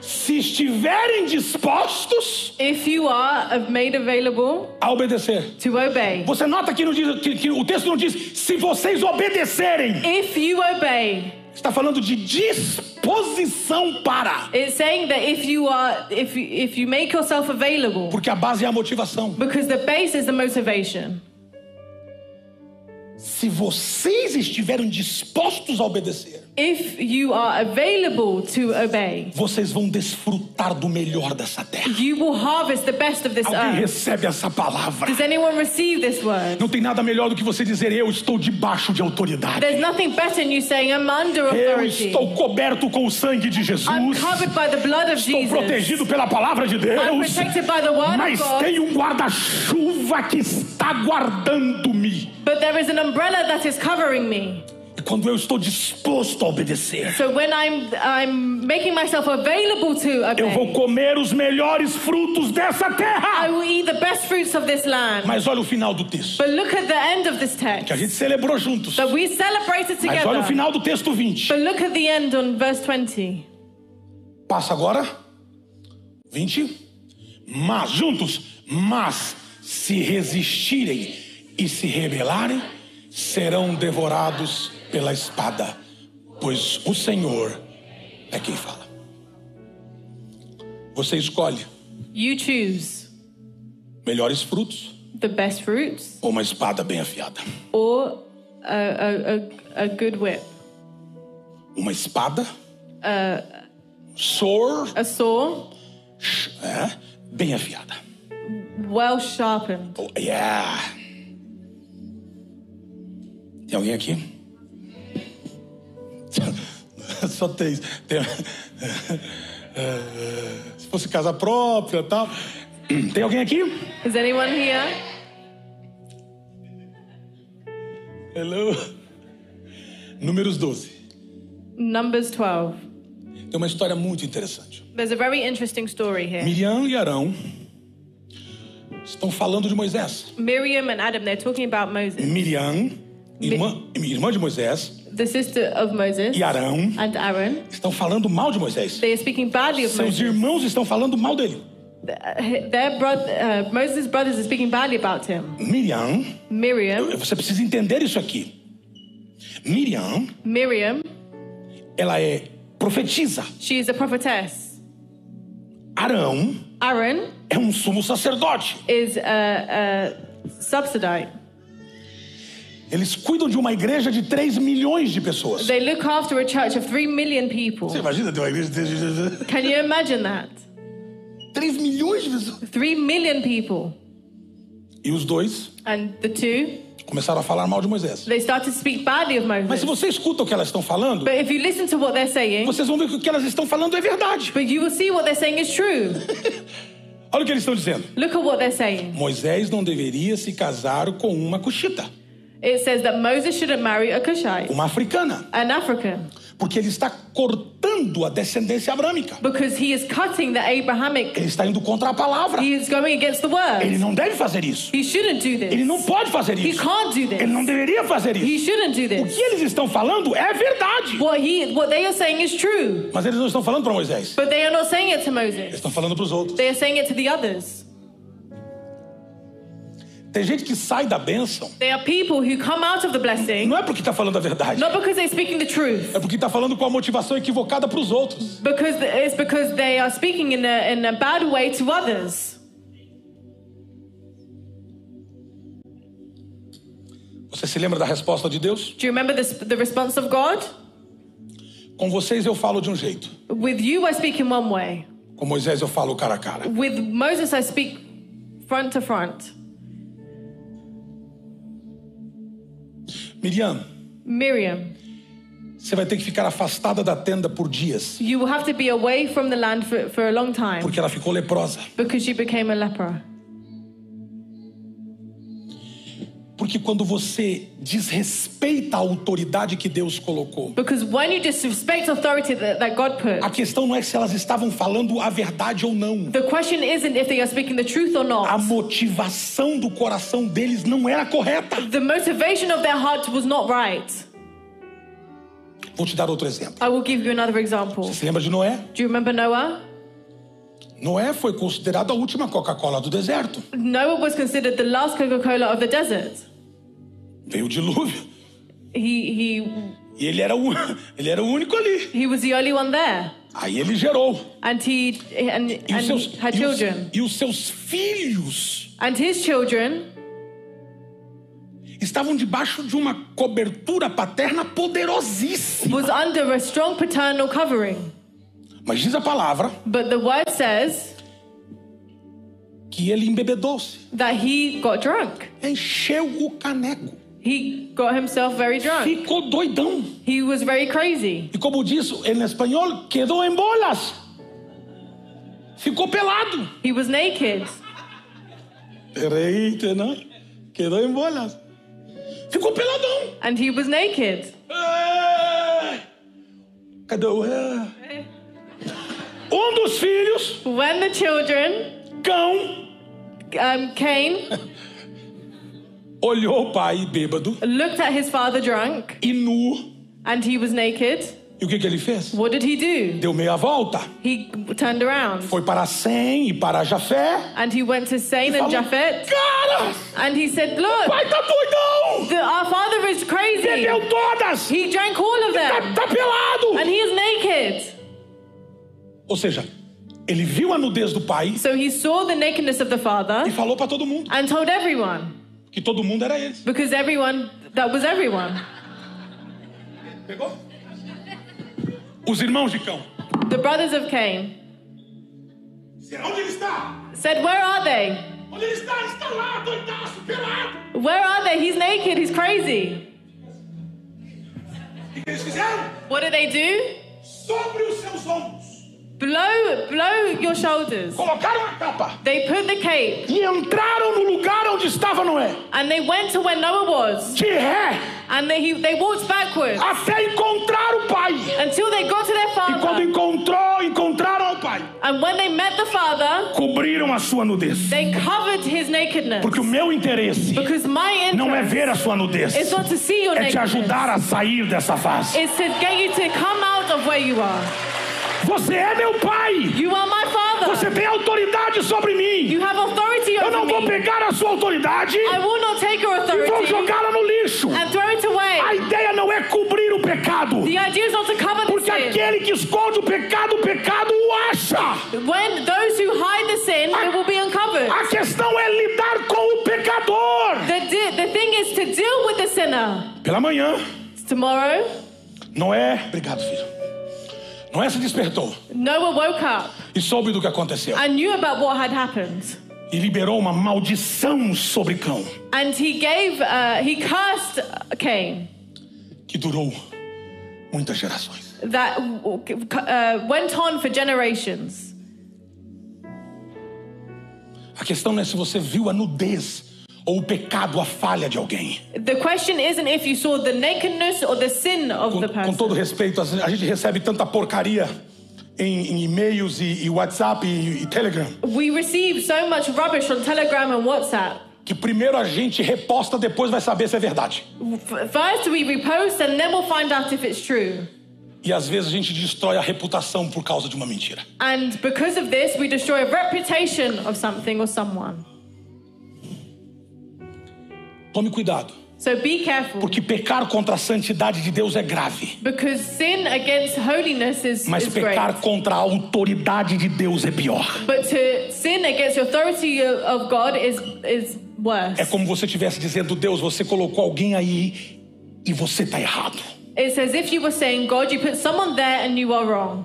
Se estiverem dispostos If you are uh, made available a obedecer. to obey, Você nota que, não diz, que, que o texto não diz se vocês obedecerem. if you obey, Está falando de disposição para. it's saying that if you are, if you, if you make yourself available, Porque a base é a motivação. Because the base is the motivation. Se vocês estiverem dispostos a obedecer. If you are available to obey, vocês vão desfrutar do melhor dessa terra. you will harvest the best of this Alguém earth. recebe essa palavra. ah. Does anyone receive this word? Não tem nada melhor do que você dizer eu estou debaixo de autoridade. There's nothing better than you saying, I'm under Eu authority. estou coberto com o sangue de Jesus. I'm covered by the blood of Estou protegido Jesus. pela palavra de I'm Deus. protected by the word Mas of God. tem um guarda-chuva que está guardando-me. But there is an umbrella that is covering me. E quando eu estou disposto a obedecer, So when I'm I'm making myself available to eu obey, vou comer os melhores frutos dessa I terra. will eat the best fruits of this land. Mas olha o final do texto, But look at the end of this que a text. gente celebrou juntos. That we celebrated Mas olha o Então, together. final do texto 20. But look at the end on verse 20. Passa agora. 20. Mas, juntos, mas se resistirem e se rebelarem, serão devorados pela espada, pois o Senhor é quem fala. Você escolhe You choose melhores frutos the best fruits ou uma espada bem afiada? or a, a, a, a good whip, Uma espada. Sor. a saw É, bem afiada. well sharpened. Oh, yeah. Tem alguém aqui? Só três. Tem- É, é, Se fosse casa própria e tal. Tem alguém aqui? Is anyone here? Hello. Números 12. Numbers 12. Tem uma história muito interessante. There's a very interesting story here. Miriam e Arão estão falando de Moisés. Miriam and Adam, they're talking about Moses, Miriam, irmã, irmã de Moisés, the sister of Moses e Arão and Aaron. estão falando mal de Moisés. They are speaking badly of Seus Moses. irmãos estão falando mal dele. Their brother, uh, Moses' brothers are speaking badly about him. Miriam, Miriam, você precisa entender isso aqui. Miriam, Miriam, ela é profetisa. she is a prophetess. Arão Aaron é um sumo sacerdote. is a, a subsidite. Eles cuidam de uma igreja de 3 milhões de pessoas. They look after a church of three million people. Você imagina de uma igreja de 3, Can you imagine that? 3 milhões de pessoas? Three million people. E os dois And the two, começaram a falar mal de Moisés. they start to speak badly of Mas Moses. se você escuta o que elas estão falando, But if you listen to what they're saying, vocês vão ver que o que elas estão falando é verdade. but you will see what they're saying is true. Olha o que eles estão dizendo. Look at what they're saying. Moisés não deveria se casar com uma cuxita, It says that Moses shouldn't marry a Cushite, uma africana, an African, porque ele está cortando a descendência abrâmica. because he is cutting the Abrahamic. Ele está indo contra a palavra. He is going against the Ele word. não deve fazer isso. He shouldn't do Ele não this. pode fazer He isso. can't do Ele não this. deveria fazer isso. He shouldn't do O this. que eles estão falando é verdade. What he, what they are saying is true, Mas eles não estão falando para Moisés. but they are not saying it to Eles Moses. estão falando para os outros. They are saying it to the others. Tem gente que sai da bênção. They are people who come out of the blessing Não é porque está falando a verdade. not because they're speaking the truth, É porque está falando com a motivação equivocada para os outros. because it's because they are speaking in a in a bad way to others. Você se lembra da resposta de Deus? Do you remember this, the response of God? Com vocês eu falo de um jeito. With you, I speak in one way. Com Moisés eu falo cara a cara. With Moses, I speak front to front. Miriam, Miriam, você vai ter que ficar afastada da tenda por dias, you will have to be away from the land for, for a long time porque ela ficou leprosa. because you became a leper. Porque quando você desrespeita a autoridade que Deus colocou, Because when you disrespect authority that, that God put, a questão não é se elas estavam falando a verdade ou não. the question isn't if they are speaking the truth or A not. motivação do coração deles não era correta. The motivation of their heart was not right. Vou te dar outro exemplo. I will give you another example. Você lembra de Noé? Do you remember Noah? Noé foi considerado a última Coca-Cola do deserto. Noah was considered the last Coca-Cola of the desert. Veio o dilúvio He he e ele era o, ele era o único ali. he was the only one there, Aí ele gerou. and he and E os, and seus, her e os- children e os seus filhos and his children estavam debaixo de uma cobertura paterna poderosíssima. was under a strong paternal covering. Mas diz a palavra But the word says que ele embebedou-se, that he got drunk. encheu o caneco, He got himself very drunk. ficou doidão. He was very crazy. E como diz em espanhol, quedou em bolas. Ficou pelado. He was naked. Peraí, não? Quedou em bolas. Ficou peladão. And he was naked. É. Cadê o. é? Um dos filhos, When the children, cão, um, Cain, olhou o pai bêbado looked at his father drunk e nu. and he was naked. E o que, que ele fez? What did he do? Deu meia volta. He turned around Foi para Sem e para Jafé. and he went to Sain and Falou, Japhet Cara, and he said, Look, pai tá doidão. the, our father is crazy. Bebeu todas. He drank all Tá, of them tá and pelado. he is naked. Ou seja, ele viu a nudez do pai So he saw the nakedness of the e father falou para todo mundo and told everyone que todo mundo era ele. because everyone, that was everyone. Pegou? Os irmãos de cão. The brothers of Cain Será onde ele está? said, Where are they? Onde ele está? Ele está lá, doidaço, pelado. Where are they? He's naked, he's crazy. que eles fizeram? What did they do? Sobre os seus ombros Blow, blow your shoulders. Colocaram a capa They put the cape e entraram no lugar onde estava Noé, and they went to where Noah was, de ré, and they, he, they walked backwards até encontrar o pai. until they got to their E quando father. encontrou, encontraram o pai, And when they met the father, cobriram a sua nudez. they covered his nakedness. Porque o meu interesse Because my não é interest ver a sua nudez, is not to see your é te ajudar nakedness. a sair dessa fase. It's to get you to come out of where you are. Você é meu pai, You are my você father. tem autoridade sobre mim. You have authority Eu over não vou me. pegar a sua autoridade I will not take your e vou authority jogá-la no lixo. and throw it away. A ideia não é cobrir o pecado. The idea is not to cover the Porque sin. aquele que esconde o pecado, o pecado o acha. When those who hide the sin, it will be uncovered. A questão é lidar com o pecador. The, di- the thing is to deal with the sinner. Pela manhã, Tomorrow, Noé. Obrigado, filho. Noé se despertou Noah woke up e soube do que aconteceu. and knew about what had happened. E liberou uma maldição sobre Cão, And he gave, uh, he cursed Cain. que durou muitas gerações. That uh, went on for generations. A questão não é se você viu a nudez ou o pecado, a falha de alguém. The question isn't if you saw the nakedness or the sin of Com, the com todo person. respeito, às vezes a gente recebe tanta porcaria em, em e-mails e, e WhatsApp e- e Telegram. We receive so much rubbish on Telegram and WhatsApp. que primeiro a gente reposta, depois vai saber se é verdade. F- First we repost and then we'll find out if it's true. E às vezes a gente destrói a reputação por causa de uma mentira. And because of this, we destroy a reputation of something or someone. Tome cuidado, So be careful. porque pecar contra a santidade de Deus é grave, Because sin against holiness is, mas is great. pecar contra a autoridade de Deus é pior. But to sin against the authority of- of God is, is worse. É como você estivesse dizendo, Deus, você colocou alguém aí e você está errado. It's as if you were saying, God, you put someone there and you are wrong.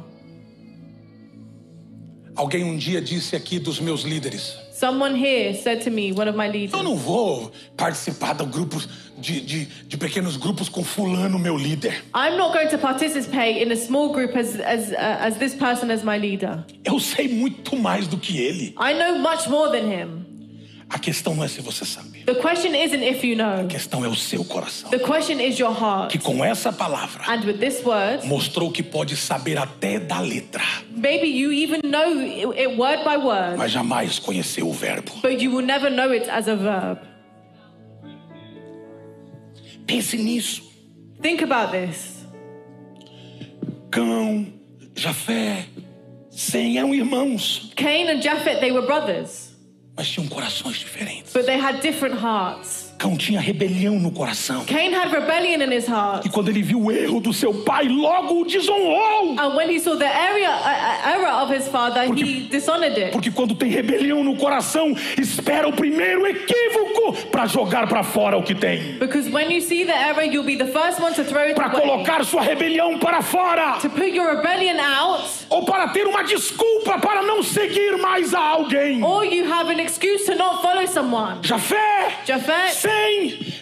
Alguém um dia disse aqui dos meus líderes, Someone here said to me, one of my eu leaders, não vou participar do grupo, de, de, de pequenos grupos com fulano, meu líder. I'm not going to participate in a small group as, as, uh, as this person as my leader. Eu sei muito mais do que ele. I know much more than him. A questão não é se você sabe. The question isn't if you know, A questão é o seu coração. the question is your heart. Que com essa palavra And with this word, mostrou que pode saber até da letra, maybe you even know it it word by word, mas jamais conheceu o verbo. but you will never know it as a verb. Pense nisso. Think about this. Cão, Jafé, Sem eram irmãos, Cain and Japhet, they were brothers, mas tinham corações diferentes. but they had different hearts. Cão tinha rebelião no coração. Cain had rebellion in his heart. E quando ele viu o erro do seu pai, logo o desonrou. And when he saw the area, uh, error of his father, he dishonored it. Porque quando tem rebelião no coração, espera o primeiro equívoco para jogar para fora o que tem, Because when you see the error, you'll be the first one to throw it para away. colocar sua rebelião para fora. To put your rebellion out, ou para ter uma desculpa para não seguir mais a alguém. or you have an excuse to not follow someone. Jafé, Jafé, sem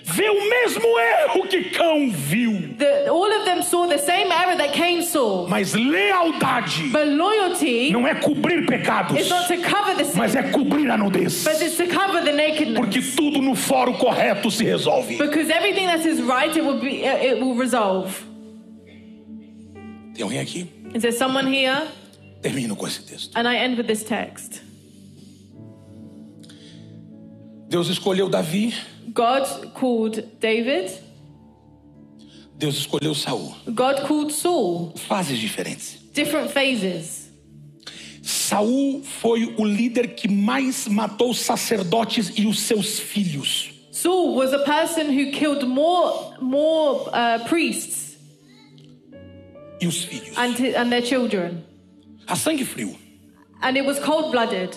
vê o mesmo erro que Cão viu, the, all of them saw the same error that Cain saw. mas lealdade But loyalty não é cobrir pecados, is not to cover the sin, mas é cobrir a nudez, but it's to cover the porque nakedness. tudo no fórum correto se resolve. Because everything that is right, it will be, it it will resolve. Tem alguém aqui? Is there someone here? Termino com esse texto. And I end with this text. Deus escolheu Davi, God called David. Deus escolheu Saul. God called Saul. Fases diferentes. Different phases. Saul foi o líder que mais matou sacerdotes e os seus filhos. Saul was a person who killed more more uh, priests E os filhos. and and their children, A sangue frio. and it was cold blooded.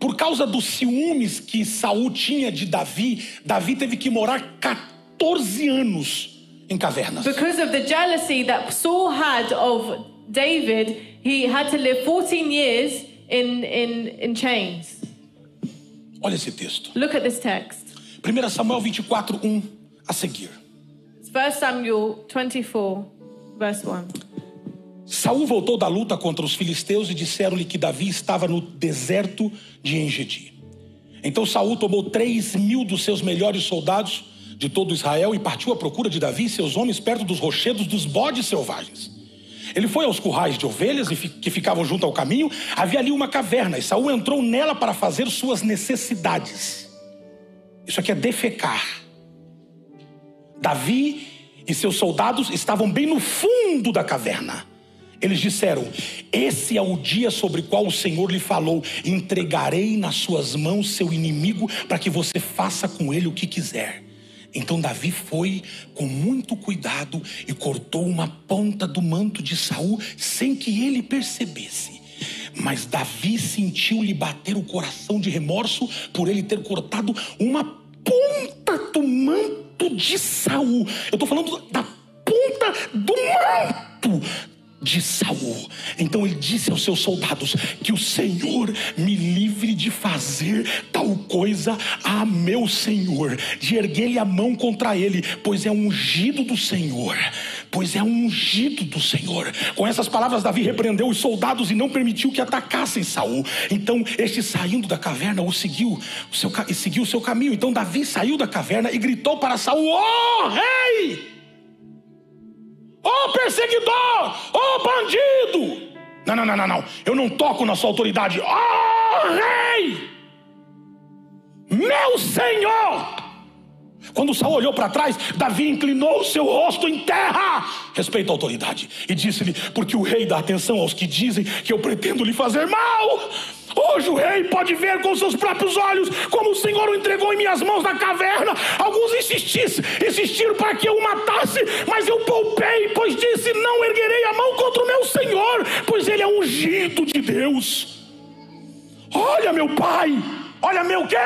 Por causa dos ciúmes que Saul tinha de Davi, Davi teve que morar 14 anos em cavernas. Because of the jealousy that Saul had of David, he had to live 14 years in in in chains. Olha esse texto. Look at this text. 1 Samuel 24, 1 a um. seguir. It's 1 Samuel 24, verse 1. Saul voltou da luta contra os filisteus e disseram-lhe que Davi estava no deserto de Engedi. Então Saul tomou três mil dos seus melhores soldados de todo Israel e partiu à procura de Davi e seus homens perto dos rochedos dos bodes selvagens. Ele foi aos currais de ovelhas e fi- que ficavam junto ao caminho. Havia ali uma caverna e Saul entrou nela para fazer suas necessidades. Isso aqui é defecar. Davi e seus soldados estavam bem no fundo da caverna. Eles disseram: Esse é o dia sobre o qual o Senhor lhe falou: entregarei nas suas mãos seu inimigo para que você faça com ele o que quiser. Então Davi foi com muito cuidado e cortou uma ponta do manto de Saul sem que ele percebesse. Mas Davi sentiu-lhe bater o coração de remorso por ele ter cortado uma ponta do manto de Saul. Eu estou falando da ponta do manto de Saul. Então ele disse aos seus soldados: Que o Senhor me livre de fazer tal coisa a meu Senhor, de erguer-lhe a mão contra ele, pois é um ungido do Senhor. Pois é um ungido do Senhor. Com essas palavras, Davi repreendeu os soldados e não permitiu que atacassem Saul. Então este saindo da caverna o seguiu, o seu, ca- e seguiu o seu caminho. Então Davi saiu da caverna e gritou para Saul: Oh, rei! Ô perseguidor! Ô bandido! Não, não, não, não, não. Eu não toco na sua autoridade. Ô rei! Meu senhor! Quando Saul olhou para trás, Davi inclinou o seu rosto em terra. Respeita a autoridade. E disse-lhe: Porque o rei dá atenção aos que dizem que eu pretendo lhe fazer mal. Hoje o rei pode ver com seus próprios olhos como o Senhor o entregou em minhas mãos na caverna. Alguns insistissem, insistiram para que eu o matasse, mas eu poupei, pois disse: Não erguerei a mão contra o meu Senhor, pois ele é ungido de Deus. Olha, meu pai, olha, meu quê?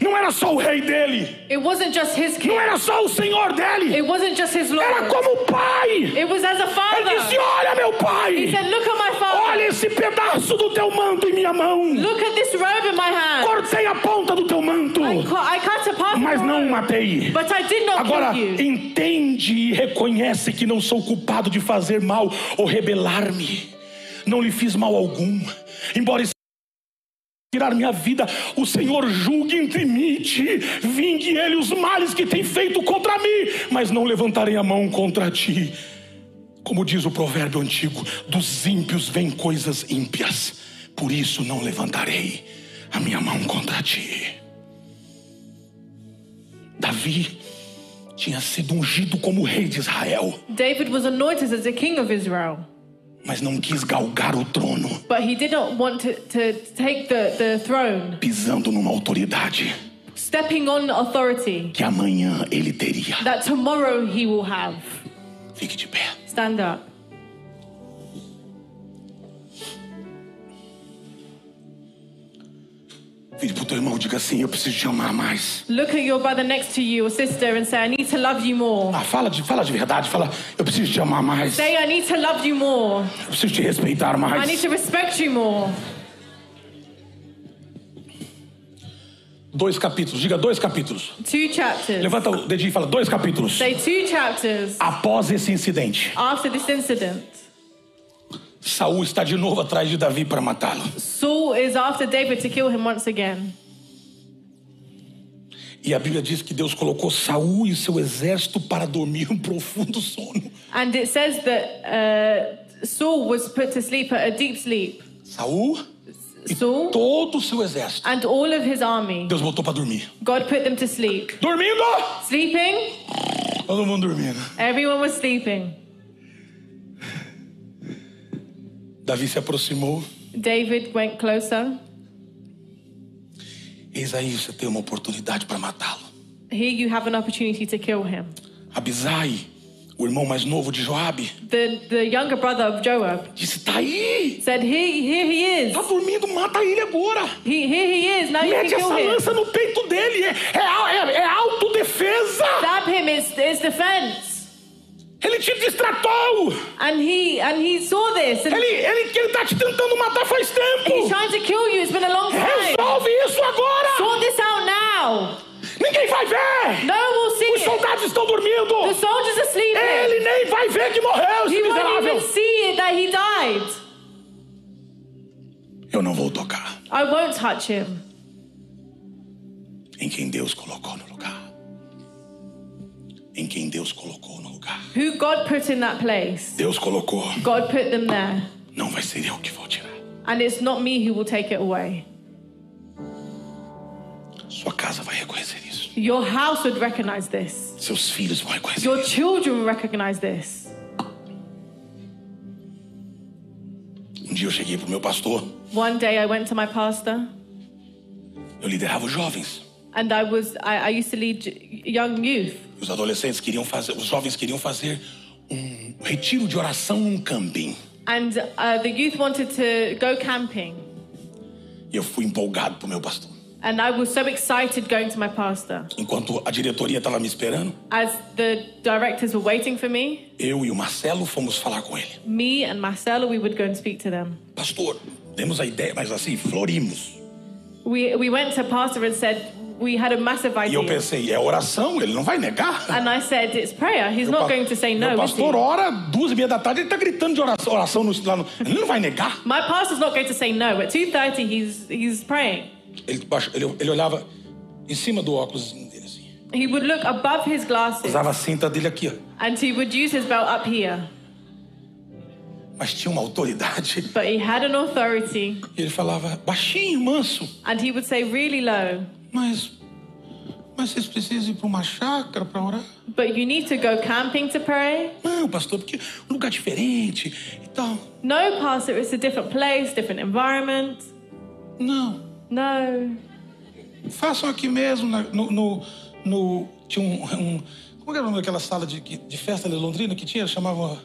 Não era só o rei dele. It wasn't just his Não king. era só o Senhor dele, It wasn't just his era lord. como o pai. It was as a Ele disse: father. Olha, meu He pai, said, Look at my olha father. esse pedaço do teu manto em minha mão. Look at this robe in my hand. Cortei a ponta do teu manto, I cu- I cut a part mas of the não o robe, matei. But I did not Agora, kill you. entende e reconhece que não sou culpado de fazer mal ou rebelar-me. Não lhe fiz mal algum. Embora tirar minha vida, o Senhor julgue entre mim e ti. Vingue ele os males que tem feito contra mim, mas não levantarei a mão contra ti. Como diz o provérbio antigo, dos ímpios vêm coisas ímpias. Por isso não levantarei a minha mão contra ti. Davi tinha sido ungido como rei de Israel, David was anointed as the king of Israel, mas não quis galgar o trono but he did not want to, to take the, the throne, pisando numa autoridade stepping on authority que amanhã ele teria. that tomorrow he will have. Fique de pé. Stand up. Vire pro teu irmão e diga assim: Eu preciso te amar mais. Look at your brother next to you or sister and say, I need to love you more. Ah, fala de, fala de verdade, fala, eu preciso te amar mais. Say, I need to love you more. Eu preciso te respeitar I need mais. to respect you more. Dois capítulos, diga dois capítulos. Two chapters. Levanta o dedinho e fala, dois capítulos. Say, two chapters Após esse incidente, after this incident. Saul está de novo atrás de Davi para matá-lo. Saul is after David to kill him once again. E a Bíblia diz que Deus colocou Saul e seu exército para dormir um profundo sono. And it says that uh, Saul was put to sleep at a deep sleep. Saul e Saul? todo o seu exército. And all of his army, Deus botou para dormir. God put them to sleep. Dormindo! Sleeping? Todo mundo dormindo. Everyone was sleeping. Davi se aproximou. David went closer. Eis aí você tem uma oportunidade para matá-lo. Here you have an opportunity to kill him. Abisai, o irmão mais novo de Joabe, The, the younger brother of Joab disse: tá aí! said, Here, here he is. Tá dormindo, mata ele agora! He, here he is. Now you can Mete kill essa him. lança no peito dele! É, é, é, é autodefesa! Stab him. It's, it's defense. Ele te distratou! And he and he saw this. And Ele, ele, ele tá te tentando matar faz tempo! he's trying to kill you. It's been a long time. Resolve isso agora! Sort this out now. Ninguém vai ver! No one will see Os it. soldados estão dormindo! The soldiers are sleeping. Ele nem vai ver que morreu, esse He won't miserável! even see it that he died. Eu não vou tocar I won't touch him. em quem Deus colocou no lugar. Em quem Deus colocou no lugar. Who God put in that place, Deus colocou. God put them there. Não vai ser eu que vou tirar. And it's not me who will take it away. Sua casa vai reconhecer isso. Your house would recognize this. Seus filhos vão reconhecer. Your children will recognize this. Um dia eu cheguei pro meu pastor. One day I went to my pastor Eu liderava os jovens. and I was I, I used to lead j- young youth. Os adolescentes queriam fazer, os jovens queriam fazer um retiro de oração num camping. And uh, the youth wanted to go camping. E eu fui empolgado pro meu pastor. And I was so excited going to my pastor. Enquanto a diretoria estava me esperando, As the directors were waiting for me, eu e o Marcelo fomos falar com ele. me and Marcelo, we would go and speak to them. Pastor, demos a ideia, mas assim, florimos. We, we went to pastor and said, we had a massive E idea. eu pensei, é oração, ele não vai negar. And I said, it's prayer. He's Meu not pa- going to say Meu no, is he? pastor ora, duas e meia da tarde, ele tá gritando de oração, oração no, lá no- Ele não vai negar. My pastor's not going to say no. At 2.30, he's, he's praying. Ele, baixo- ele, ele olhava em cima do óculos dele, assim. He would look above his glasses Usava a cinta dele aqui, ó. and he would use his belt up here. Mas tinha uma autoridade. But he had an authority E ele falava, baixinho, manso. and he would say really low, Mas, mas vocês precisam ir para uma chácara para orar? but you need to go camping to pray. Não, pastor, porque é um lugar diferente e tal. No, pastor, it's a different place, different environment. Não. No. Façam aqui mesmo, na- no. no, no- tinha um, um- Como era o nome daquela sala de, que- de festa de Londrina que tinha? Chamava.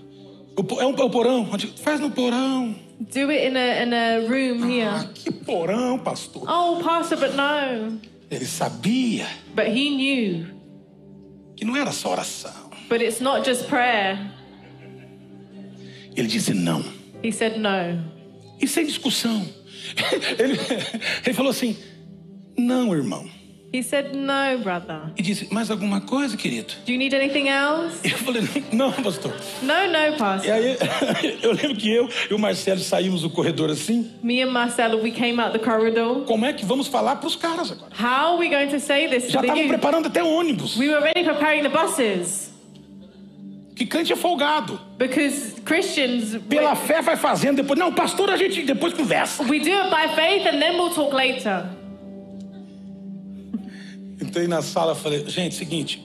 o po- é, um, é o porão. onde- faz no porão. Do it in a, in a room Ah, here. que porão, pastor. Oh, pastor, but no. Ele sabia But he knew. que não era só oração. But it's not just prayer. Ele disse não. He said no. E sem discussão. Ele, ele falou assim: não, irmão. He said no, brother. E disse: mais alguma coisa, querido? Do you need anything else? E eu falei: não, pastor. No, no, E pastor. aí, eu lembro que eu e o Marcelo saímos do corredor assim. Me and Marcelo, we came out the corridor. Como é que vamos falar para os caras agora? How are we going to say this Já to the estavam youth? preparando até um ônibus. We were already preparing the buses Que crente é folgado. because Christians Pela fé vai fazendo depois. Não, pastor, a gente depois conversa. we do it by faith and then we'll talk later. Entrei na sala e falei, gente, seguinte,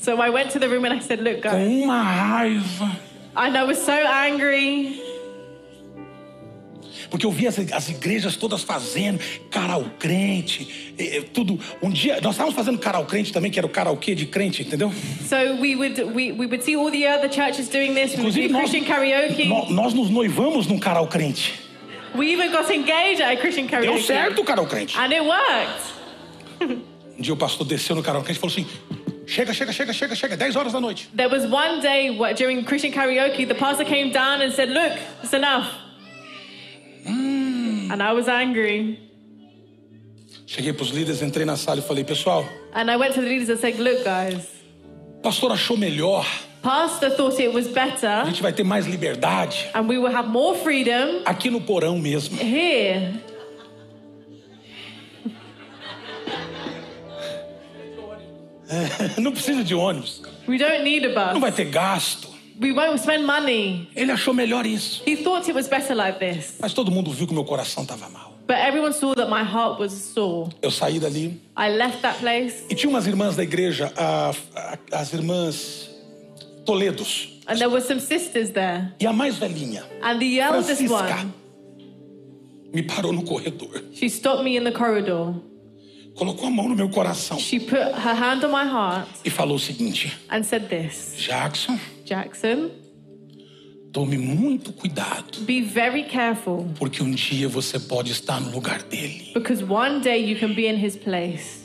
So I went to the room and I said, "Look, com guys," uma raiva. and I was so angry Porque eu vi as, as igrejas todas fazendo caral crente, eh, eh, tudo. Um dia, nós estávamos fazendo caral crente também, que era o karaokê de crente, entendeu? So we would we, we would see all the other churches doing this. We would do Inclusive, nós, Christian karaoke. nó- nós nos noivamos num caral crente. We even got engaged at a Christian Deu karaoke. certo o caral crente. And it worked. Um dia o pastor desceu no caral crente e falou assim: chega, chega, chega, chega, chega, 10 horas da noite. There was one day where, during Christian karaoke, the pastor came down and said, "Look, it's enough." And I was angry. Cheguei pros líderes, entrei na sala e falei, pessoal, And I went to the leaders and said, "Look, guys, o pastor achou melhor, pastor thought it was a better, gente vai ter mais liberdade and we will have more freedom aqui no porão mesmo. here." Não precisa de ônibus, We don't need a não bus. vai ter gasto. We won't spend money. Ele achou melhor isso. He thought it was better like this. Mas todo mundo viu que meu coração tava mal. But everyone saw that my heart was sore. Eu saí dali I left that place, e tinha umas irmãs da igreja, a- a- as irmãs Toledos. and there were some sisters there. E a mais velhinha, And the eldest Francisca, one, me parou no corredor, she stopped me in the corridor. colocou a mão no meu coração She put her hand on my heart e falou o seguinte: and said this Jackson, Jackson, tome muito cuidado, be very careful porque um dia você pode estar no lugar dele. because one day you can be in his place.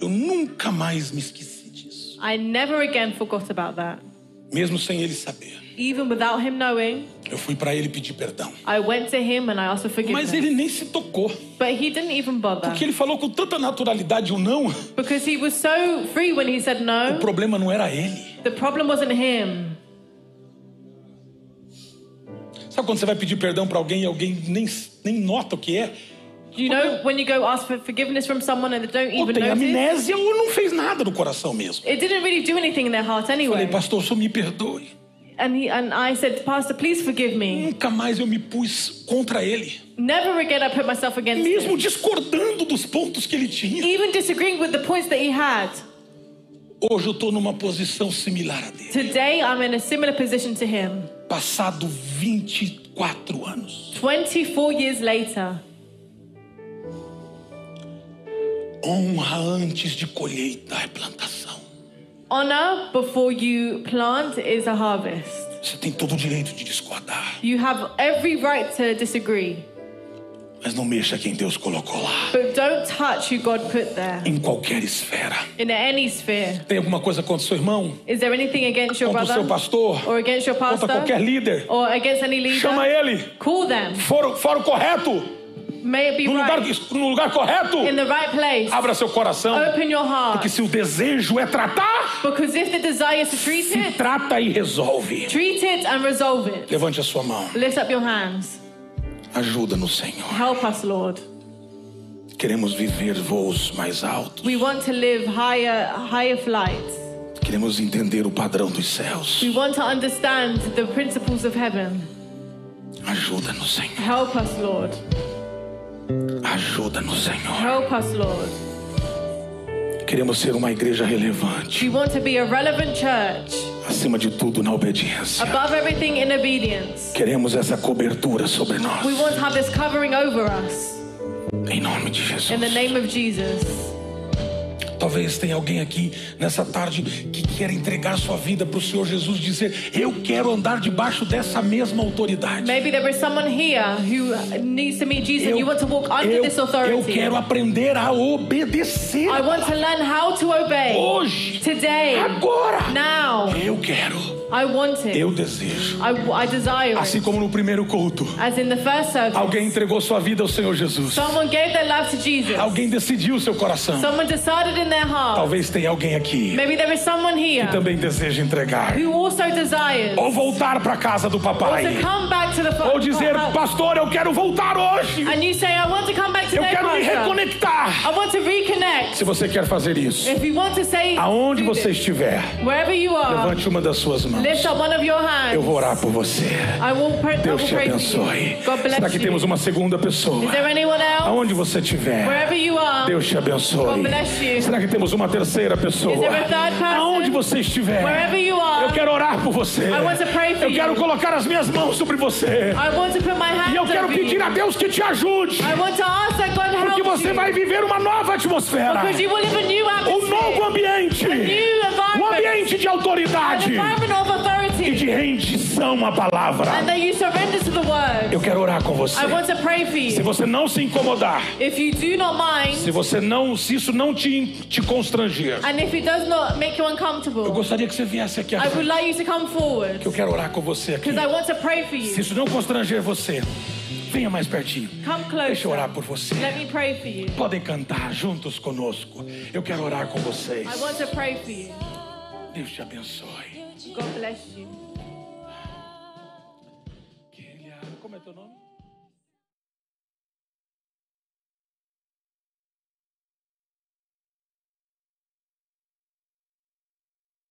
Eu nunca mais me esqueci disso, I never again forgot about that, mesmo sem ele saber. Even without him knowing, Eu fui para ele pedir perdão. I went to him and I asked for Mas forgiveness. ele nem se tocou. But he didn't even bother. Porque ele falou com tanta naturalidade o não. Because he was so free when he said O no. problema não era ele. The problem wasn't him. Sabe quando você vai pedir perdão para alguém e alguém nem, nem nota o que é? You know, when you go ask for forgiveness from someone and they don't Ou even tem notice, amnésia ou não fez nada no coração mesmo. it didn't really do anything in their heart Falei, anyway. pastor, o senhor me perdoe. And he and I said, Pastor, please forgive me. Nunca mais eu me pus contra ele. Never again I put myself against him. Mesmo discordando dos pontos que ele tinha. Even disagreeing with the points that he had. Hoje eu estou numa posição similar a dele. Today I'm in a similar position to him. Passado 24 anos. 24 years later, Honra antes de colheita é plantação. honor before you plant is a harvest. Você tem todo o direito de discordar. You have every right to disagree, Mas não mexa quem Deus colocou lá. but don't touch who God put there Em qualquer esfera. in any sphere. Tem alguma coisa contra o seu irmão? Is there anything against your Contra o seu brother pastor? or against your Contra qualquer pastor líder? or against any leader? Chama ele. Call them. Fora, fora o correto. May it be No lugar, right no lugar correto. in the right place. Abra seu coração. Open your Porque heart se o desejo é tratar, because if the desire is to treat se it, trata e resolve. treat it and resolve it. Levante a sua mão. Lift up your hands. Ajuda no Senhor. Help us, Lord. Queremos viver voos mais altos. We want to live higher, higher flights. Queremos entender o padrão dos céus. We want to understand the principles of heaven. Ajuda no Senhor. Help us, Lord. Ajuda no Senhor. Help us, Lord. Queremos ser uma igreja relevante. We want to be a relevant church, Acima de tudo, na obediência. above everything in obedience. Queremos essa cobertura sobre nós. We want to have this covering over us Em nome de Jesus. in the name of Jesus. Talvez tenha alguém aqui nessa tarde que quer entregar sua vida para o Senhor Jesus, dizer: Eu quero andar debaixo dessa mesma autoridade. Maybe there is someone here who needs to meet Jesus. Eu, You want to walk under eu- this eu authority. quero aprender a obedecer I want to learn how to obey hoje, today, agora. now. Eu quero, I want it. eu desejo. I, I desire Assim it. como no primeiro culto, As in the first alguém service, entregou sua vida ao Senhor Jesus. someone gave their life to Jesus. Alguém decidiu seu coração. Someone decided in their heart. Talvez tenha alguém aqui Maybe there is someone que here também deseja entregar. who also desires Ou voltar para casa do to papai. come back to Oh, the Ou dizer, house. pastor, eu quero voltar hoje. And you say, I want to come back Eu today, quero me Pastor. reconectar. I want to reconnect. Se você quer fazer isso, If you want to say, aonde do você this, estiver, wherever you are, levante uma das suas mãos. lift up one of your hands. Eu vou orar por você. I will pray, I Deus will te pray for abençoe. you. God Será bless que you. temos uma segunda pessoa? Is there anyone else? Aonde você estiver, Wherever you are, Deus te abençoe. God bless you. Será que temos uma terceira pessoa? Is there a third person? Aonde você estiver, Wherever you are, eu quero orar por você. I want to pray for Eu quero you. colocar as minhas mãos sobre você. I want to put my hands E eu quero over you. pedir a Deus que te ajude. I want to ask that God help Porque you. você vai viver uma nova atmosfera. Because you will live a new Um novo atmosphere. ambiente. new Um environment. ambiente de An autoridade. environment E of authority. de rendição à palavra. And that you surrender to the Eu word. quero orar com você. I want to pray for Se you. você não se incomodar, If you do not mind, se você não, se isso não te, te constranger, and if it does not make you eu uncomfortable, gostaria que você viesse aqui I would agora. like you to come forward. Eu quero orar com você aqui. Because I want to pray for Se you. isso não constranger você, venha mais pertinho. Deixa Come eu closer. orar por você. Let me pray for you. Podem cantar juntos conosco. Eu quero orar com vocês. I want to pray for you. Deus te abençoe. God bless you. é